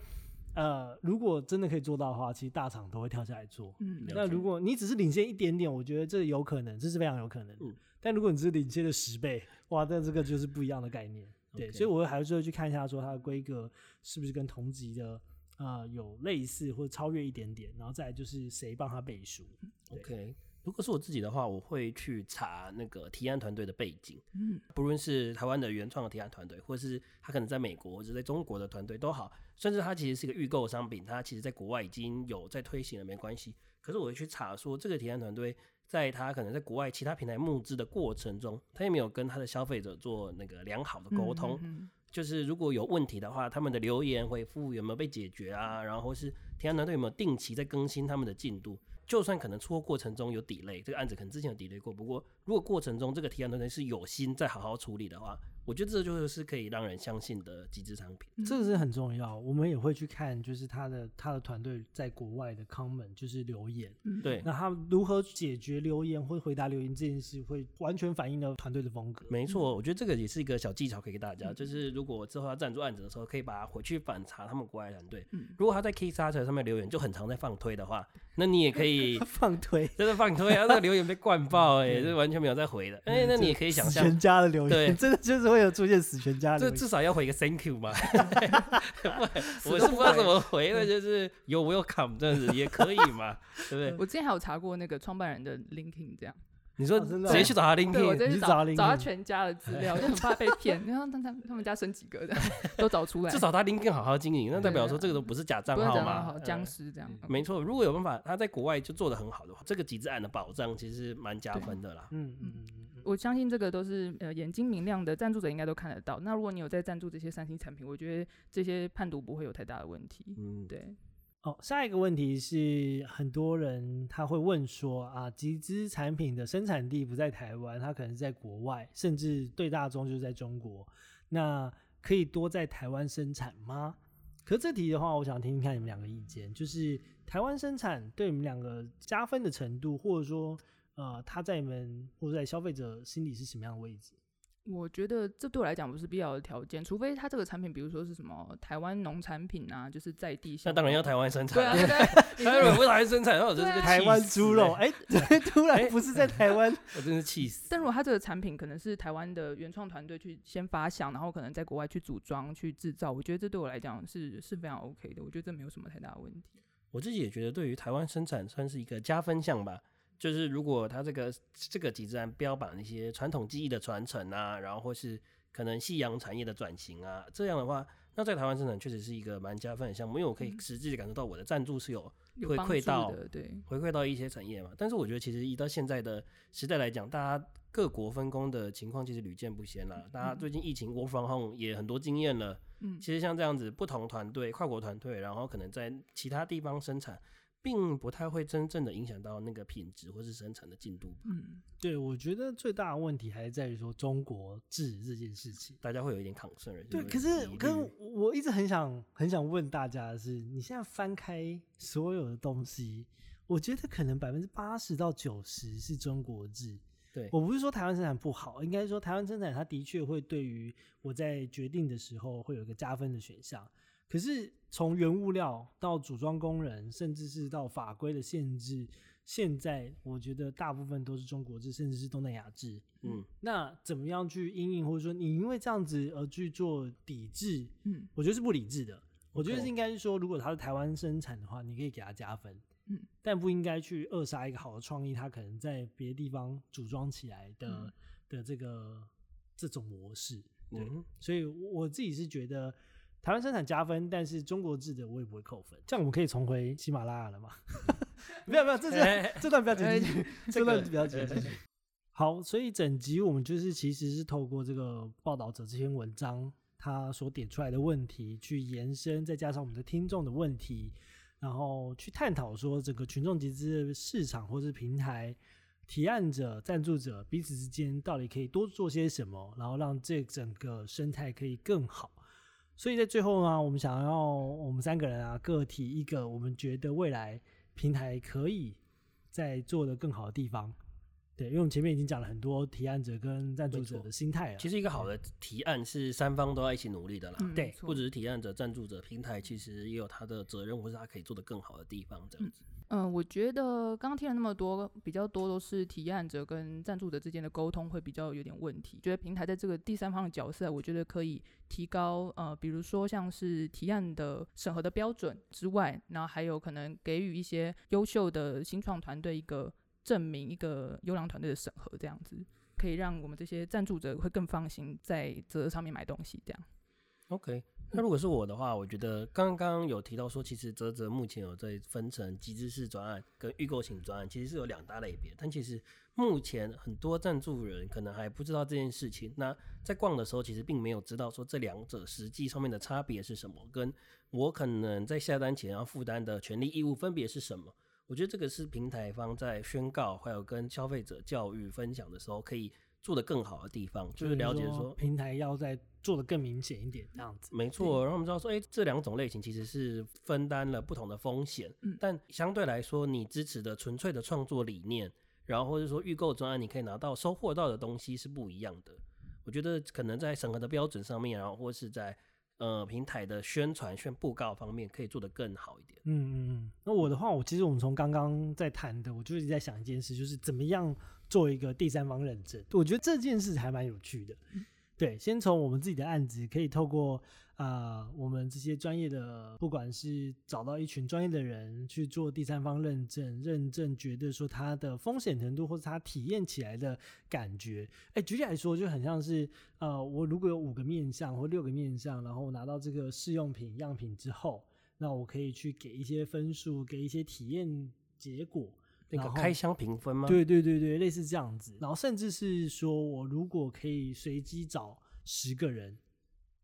Speaker 1: 呃，如果真的可以做到的话，其实大厂都会跳下来做。
Speaker 2: 嗯，
Speaker 1: 那
Speaker 3: 了解
Speaker 1: 如果你只是领先一点点，我觉得这有可能，这是非常有可能。
Speaker 3: 嗯
Speaker 1: 但如果你只是领先了十倍，哇，那这个就是不一样的概念。对
Speaker 3: OK
Speaker 1: 所以我还是会去看一下，说它的规格是不是跟同级的呃有类似或者超越一点点，然后再来就是谁帮他背书。对
Speaker 3: OK，如果是我自己的话，我会去查那个提案团队的背景，
Speaker 2: 嗯，
Speaker 3: 不论是台湾的原创的提案团队，或是他可能在美国或者在中国的团队都好，甚至他其实是一个预购商品，他其实在国外已经有在推行了，没关系。可是我会去查说这个提案团队。在他可能在国外其他平台募资的过程中，他有没有跟他的消费者做那个良好的沟通，
Speaker 2: 嗯
Speaker 3: 就是如果有问题的话，他们的留言回复有没有被解决啊？然后或是天安团队有没有定期在更新他们的进度？就算可能出货过程中有 delay，这个案子可能之前有 delay 过，不过如果过程中这个提案团队是有心在好好处理的话，我觉得这就是可以让人相信的极致商品。
Speaker 2: 嗯
Speaker 1: 这个是很重要，我们也会去看，就是他的他的团队在国外的 comment，就是留言，
Speaker 2: 嗯嗯
Speaker 3: 对，
Speaker 1: 那他如何解决留言或回答留言这件事，会完全反映了团队的风格。
Speaker 3: 没错，我觉得这个也是一个小技巧，可以给大家，
Speaker 2: 嗯
Speaker 3: 就是如果之后要赞助案子的时候，可以把它回去反查他们国外的团队。
Speaker 2: 嗯
Speaker 3: 如果他在 Kickstarter 上面留言就很常在放推的话，那你也可以
Speaker 1: 放推，
Speaker 3: 真的放推啊！那个留言被灌爆哎、
Speaker 1: 嗯
Speaker 3: 这完全没有在回的。哎、那你也可以想
Speaker 1: 死
Speaker 3: 象
Speaker 1: 全，家的留
Speaker 3: 对
Speaker 1: 言，真的就是会有出现死全家的
Speaker 3: 这
Speaker 1: 留言。
Speaker 3: 至少要回一个 thank you 嘛。不我是不知道怎么回的，就是有 welcome 这样子也可以嘛，对不对？
Speaker 2: 我之前还有查过那个创办人的 LinkedIn 这样，
Speaker 3: 你说
Speaker 1: 哦真的
Speaker 3: 直接去找他
Speaker 2: 对我
Speaker 3: LinkedIn，
Speaker 2: 真
Speaker 1: 你
Speaker 2: 是
Speaker 1: 去
Speaker 2: 找
Speaker 1: 找 LinkedIn
Speaker 2: 找他全家的资 料，我就很怕被骗。然后他他他们家生几个的都找出来，
Speaker 3: 至少他 LinkedIn 好好经营，那代表
Speaker 2: 对啊
Speaker 3: 说这个都不是假账
Speaker 2: 不要
Speaker 3: 号
Speaker 2: 讲
Speaker 3: 嘛
Speaker 2: 到。好
Speaker 3: 呃
Speaker 2: 僵尸这样。
Speaker 3: 没错，如果有办法，他在国外就做的很好的话，这个极致案的保障其实蛮加分的啦。
Speaker 1: 嗯嗯嗯嗯嗯，
Speaker 2: 我相信这个都是呃眼睛明亮的赞助者应该都看得到。那如果你有在赞助这些三星产品，我觉得这些判读不会有太大的问题。
Speaker 3: 嗯，
Speaker 2: 对，
Speaker 1: 哦，下一个问题是，很多人他会问说啊，集资产品的生产地不在台湾，它可能是在国外，甚至对大宗就是在中国，那可以多在台湾生产吗？可这题的话，我想听听看你们两个意见，就是台湾生产对你们两个加分的程度，或者说呃，它在你们或者在消费者心里是什么样的位置？
Speaker 2: 我觉得这对我来讲不是必要的条件，除非他这个产品，比如说是什么台湾农产品啊，就是在地
Speaker 3: 那
Speaker 2: 性。
Speaker 3: 当然要台湾生
Speaker 2: 对啊，
Speaker 3: 产，
Speaker 2: 对啊，
Speaker 3: 台湾人不台湾生产，那我哦真是
Speaker 2: 对
Speaker 3: 个
Speaker 2: 啊
Speaker 1: 台湾猪肉，
Speaker 3: 哎，
Speaker 1: 哎、突然不是在台湾，
Speaker 3: 我真是气死。
Speaker 2: 但如果它这个产品可能是台湾的原创团队去先发想，然后可能在国外去组装、去制造，我觉得这对我来讲是是非常 OK 的。我觉得这没有什么太大的问题。
Speaker 3: 我自己也觉得，对于台湾生产算是一个加分项吧。就是如果它这个这个集资案标榜一些传统技艺的传承啊，然后或是可能夕阳产业的转型啊，这样的话，那在台湾生产确实是一个蛮加分的项目，因为我可以
Speaker 2: 嗯
Speaker 3: 实际的感受到我的赞助是有
Speaker 2: 有
Speaker 3: 回
Speaker 2: 帮
Speaker 3: 馈
Speaker 2: 助
Speaker 3: 到
Speaker 2: 的，对，
Speaker 3: 回馈到一些产业嘛。但是我觉得其实一到现在的时代来讲，大家各国分工的情况其实屡见不鲜啦。大家最近疫情 work from home 也很多经验了。
Speaker 2: 嗯，
Speaker 3: 其实像这样子，不同团队、跨国团队，然后可能在其他地方生产，并不太会真正的影响到那个品质或是生产的进度吧。
Speaker 2: 嗯，
Speaker 1: 对，我觉得最大的问题还是在于说中国制这件事情。
Speaker 3: 大家会有一点 concern。
Speaker 1: 对，
Speaker 3: 有一
Speaker 1: 可是
Speaker 3: 点疑
Speaker 1: 可是
Speaker 3: 虑
Speaker 1: 我我一直很想很想问大家的是，你现在翻开所有的东西，我觉得可能百分之八十到九十是中国制。
Speaker 3: 对
Speaker 1: 我不是说台湾生产不好，应该说台湾生产它的确会对于我在决定的时候会有一个加分的选项。可是从原物料到组装工人，甚至是到法规的限制，现在我觉得大部分都是中国制，甚至是东南亚制。
Speaker 3: 嗯，
Speaker 1: 那怎么样去因应，或者说你因为这样子而去做抵制，
Speaker 2: 嗯
Speaker 1: 我觉得是不理智的。我觉得
Speaker 3: OK
Speaker 1: 是应该是说，如果它是台湾生产的话，你可以给它加分，
Speaker 2: 嗯，
Speaker 1: 但不应该去扼杀一个好的创意，它可能在别的地方组装起来的、
Speaker 2: 嗯
Speaker 1: 的这个这种模式。对，
Speaker 3: 嗯
Speaker 1: 所以我自己是觉得台湾生产加分，但是中国制的我也不会扣分。这样我们可以重回喜马拉雅了吗？ 没有没有，这
Speaker 3: 哎
Speaker 1: 是这段不要剪进去，这
Speaker 3: 个
Speaker 1: 段不要剪进去。好，所以整集我们就是其实是透过这个报道者这篇文章，他所点出来的问题去延伸，再加上我们的听众的问题，然后去探讨说整个群众集资的市场或是平台。提案者、赞助者彼此之间到底可以多做些什么，然后让这整个生态可以更好。所以在最后呢，我们想要我们三个人啊，各提一个我们觉得未来平台可以在做的更好的地方。对，因为我们前面已经讲了很多提案者跟赞助者
Speaker 3: 没错
Speaker 1: 的心态了。
Speaker 3: 其实一个好的提案是三方都要一起努力的啦。
Speaker 2: 嗯
Speaker 1: 对
Speaker 2: 没错
Speaker 3: 不只是提案者、赞助者、平台，其实也有他的责任，或是他可以做的更好的地方，这样子。
Speaker 2: 嗯，我觉得刚刚听了那么多，比较多都是提案者跟赞助者之间的沟通会比较有点问题。觉得平台在这个第三方的角色，我觉得可以提高，呃，比如说像是提案的审核的标准之外，然后还有可能给予一些优秀的新创团队一个证明，一个优良团队的审核，这样子可以让我们这些赞助者会更放心在这上面买东西。这样，
Speaker 3: OK，那如果是我的话，我觉得刚刚有提到说，其实泽泽目前有在分成集资式专案跟预购型专案，其实是有两大类别。但其实目前很多赞助人可能还不知道这件事情。那在逛的时候，其实并没有知道说这两者实际上面的差别是什么，跟我可能在下单前要负担的权利义务分别是什么。我觉得这个是平台方在宣告还有跟消费者教育分享的时候可以做得更好的地方，就是了解说
Speaker 1: 平台要再做的更明显一点，这样子。
Speaker 3: 没错，让我们知道说，哎、这两种类型其实是分担了不同的风险，
Speaker 2: 嗯
Speaker 3: 但相对来说，你支持的纯粹的创作理念，然后或者说预购专案，你可以拿到收获到的东西是不一样的。我觉得可能在审核的标准上面，然后或是在呃平台的宣传宣布告方面，可以做得更好一点。
Speaker 1: 嗯嗯嗯，那我的话，我其实我们从刚刚在谈的，我就一直在想一件事，就是怎么样做一个第三方认证。我觉得这件事还蛮有趣的。对，先从我们自己的案子，可以透过啊我们这些专业的，不管是找到一群专业的人去做第三方认证，认证觉得说它的风险程度或者它体验起来的感觉。哎，举例来说，就很像是呃，我如果有五个面相或六个面相，然后我拿到这个试用品样品之后。那我可以去给一些分数，给一些体验结果。
Speaker 3: 那
Speaker 1: 然
Speaker 3: 个
Speaker 1: 后
Speaker 3: 开箱评分吗？
Speaker 1: 对对对对，类似这样子。然后甚至是说我如果可以随机找十个人，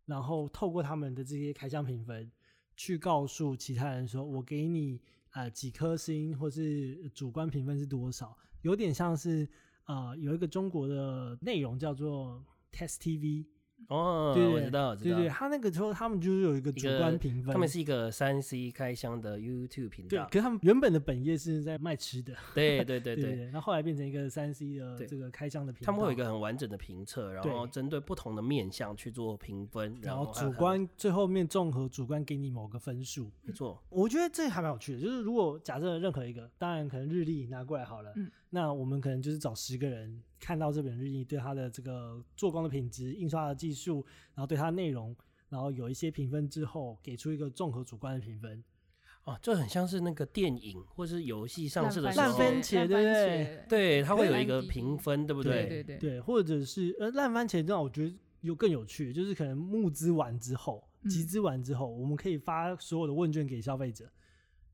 Speaker 1: 然后透过他们的这些开箱评分，去告诉其他人说，我给你啊几颗星，或是主观评分是多少，有点像是呃有一个中国的内容叫做 Test TV，
Speaker 3: 哦，
Speaker 1: 对对
Speaker 3: 我知道，我知
Speaker 1: 对
Speaker 3: 道。
Speaker 1: 对，他那个时候他们就是有一个
Speaker 3: 一
Speaker 1: 主
Speaker 3: 个
Speaker 1: 观评分，
Speaker 3: 他们是一个三 C 开箱的 YouTube 频
Speaker 1: 对，
Speaker 3: 道
Speaker 1: 可，是他们原本的本业是在卖吃的。
Speaker 3: 对啊对对
Speaker 1: 对
Speaker 3: 对
Speaker 1: 对，，然后后来变成一个三 C 的
Speaker 3: 对
Speaker 1: 这个开箱的频道，
Speaker 3: 他们会有一个很完整的评测，然后
Speaker 1: 对
Speaker 3: 针对不同的面向去做评分，
Speaker 1: 然
Speaker 3: 后
Speaker 1: 后
Speaker 3: 还有
Speaker 1: 主观最后面综合主观给你某个分数。
Speaker 3: 没错，
Speaker 1: 我觉得这还蛮有趣的，就是如果假设任何一个，当然可能日历拿过来好了，
Speaker 2: 嗯
Speaker 1: 那我们可能就是找十个人看到这本日历，对它的这个做工的品质、印刷的技术，然后对它的内容，然后有一些评分之后，给出一个综合主观的评分。
Speaker 3: 哦，就很像是那个电影或是游戏上市的时
Speaker 1: 烂
Speaker 3: 候，
Speaker 1: 番茄对不对
Speaker 3: 对，它会有
Speaker 2: 烂
Speaker 3: 一个
Speaker 2: 滴滴
Speaker 3: 评分，对不
Speaker 1: 对
Speaker 2: 对对
Speaker 1: 对，或者是呃烂番茄这样，我觉得有更有趣，就是可能募资完之后，集
Speaker 2: 嗯
Speaker 1: 资完之后，我们可以发所有的问卷给消费者，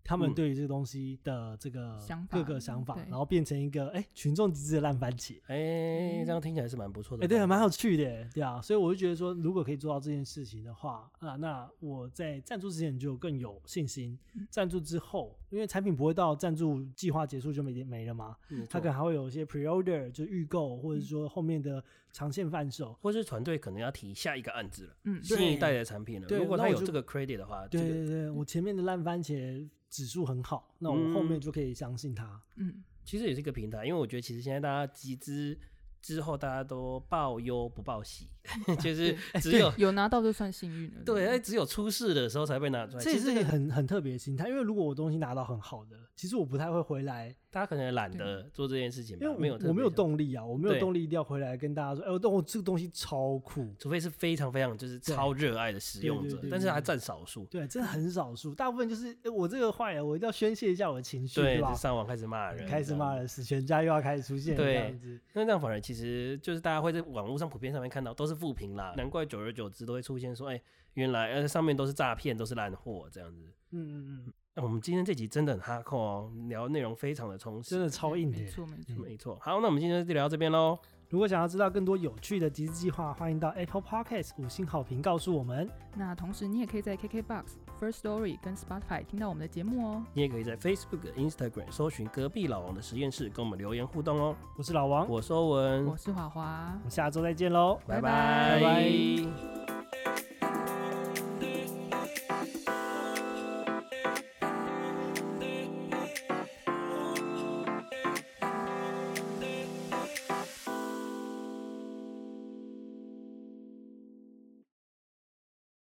Speaker 1: 他们
Speaker 3: 嗯
Speaker 1: 对于这个东西的这个
Speaker 2: 想法
Speaker 1: 各个想法
Speaker 2: 对，
Speaker 1: 然后变成一个哎、群众集资的烂番茄。
Speaker 3: 哎、这样听起来是蛮不错
Speaker 1: 哎、
Speaker 3: 的。
Speaker 1: 对，蛮有。趣的耶，对啊，所以我就觉得说，如果可以做到这件事情的话，啊，那我在赞助之前就更有信心。
Speaker 2: 嗯
Speaker 1: 赞助之后，因为产品不会到赞助计划结束就没没了嘛，它
Speaker 3: 没嗯错嗯
Speaker 1: 可能还会有一些 pre order，就预购，或者说后面的长线贩售。
Speaker 3: 或是团队可能要提下一个案子了，
Speaker 2: 嗯，
Speaker 3: 新一代的产品了。
Speaker 1: 对
Speaker 3: 如果
Speaker 1: 那
Speaker 3: 他
Speaker 1: 我
Speaker 3: 有
Speaker 1: 就
Speaker 3: 这个 credit 的话，
Speaker 1: 对
Speaker 3: 这个嗯
Speaker 1: 对对，我前面的烂番茄指数很好，那我后面
Speaker 3: 嗯
Speaker 1: 就可以相信它。
Speaker 2: 嗯，
Speaker 3: 其实也是一个平台，因为我觉得其实现在大家集资之后，大家都报忧不报喜， 就是
Speaker 1: 哎
Speaker 3: 只有
Speaker 2: 有拿到就算幸运了。
Speaker 3: 对，哎，只有出事的时候才被拿出来。
Speaker 1: 这
Speaker 3: 其
Speaker 1: 也
Speaker 3: 实
Speaker 1: 是一个
Speaker 3: 个
Speaker 1: 很很特别的心态，因为如果我东西拿到很好的，其实我不太会回来，
Speaker 3: 大家可能也懒得做这件事情吧，
Speaker 1: 因为我
Speaker 3: 没有特
Speaker 1: 我没有
Speaker 3: 别想，
Speaker 1: 动力啊，我没有
Speaker 3: 对
Speaker 1: 动力一定要回来跟大家说，哎，我动我这个东西超酷。
Speaker 3: 除非是非常非常就是
Speaker 1: 对
Speaker 3: 超热爱的使
Speaker 1: 对
Speaker 3: 用
Speaker 1: 对
Speaker 3: 者
Speaker 1: 对，
Speaker 3: 但是
Speaker 1: 对
Speaker 3: 还
Speaker 1: 对
Speaker 3: 占少数。
Speaker 1: 对，真的很少数，大部分就是哎我这个坏了，我一定要宣泄一下我的情绪，
Speaker 3: 对，
Speaker 1: 吧嗯
Speaker 3: 就？上网开始骂人，
Speaker 1: 开始骂
Speaker 3: 人。
Speaker 1: 人，死全家又要开始出现了这
Speaker 3: 对
Speaker 1: 样子。
Speaker 3: 那这样反而其实就是大家会在网络上普遍上面看到都是负评啦，难怪久而久之都会出现说，哎，原来呃上面都是诈骗，都是烂货这样子。
Speaker 1: 嗯嗯嗯，
Speaker 3: 那我们今天这集真的很哈扣哦，聊的内容非常的充实
Speaker 1: 真。的超硬的
Speaker 2: 没
Speaker 1: 耶。
Speaker 2: 错没错。
Speaker 3: 没错，好，那我们今天就聊到这边喽。
Speaker 1: 如果想要知道更多有趣的集资计划，欢迎到 Apple Podcast 五星好评告诉我们。
Speaker 2: 那同时你也可以在 KKBox、First Story 跟 Spotify 听到我们的节目哦。
Speaker 3: 你也可以在 Facebook、Instagram 搜寻“隔壁老王的实验室”，跟我们留言互动哦。
Speaker 1: 我是老王，我
Speaker 3: 我是欧文
Speaker 2: 我，是华华，
Speaker 1: 们下周再见喽。
Speaker 2: 拜
Speaker 1: 拜
Speaker 3: 拜拜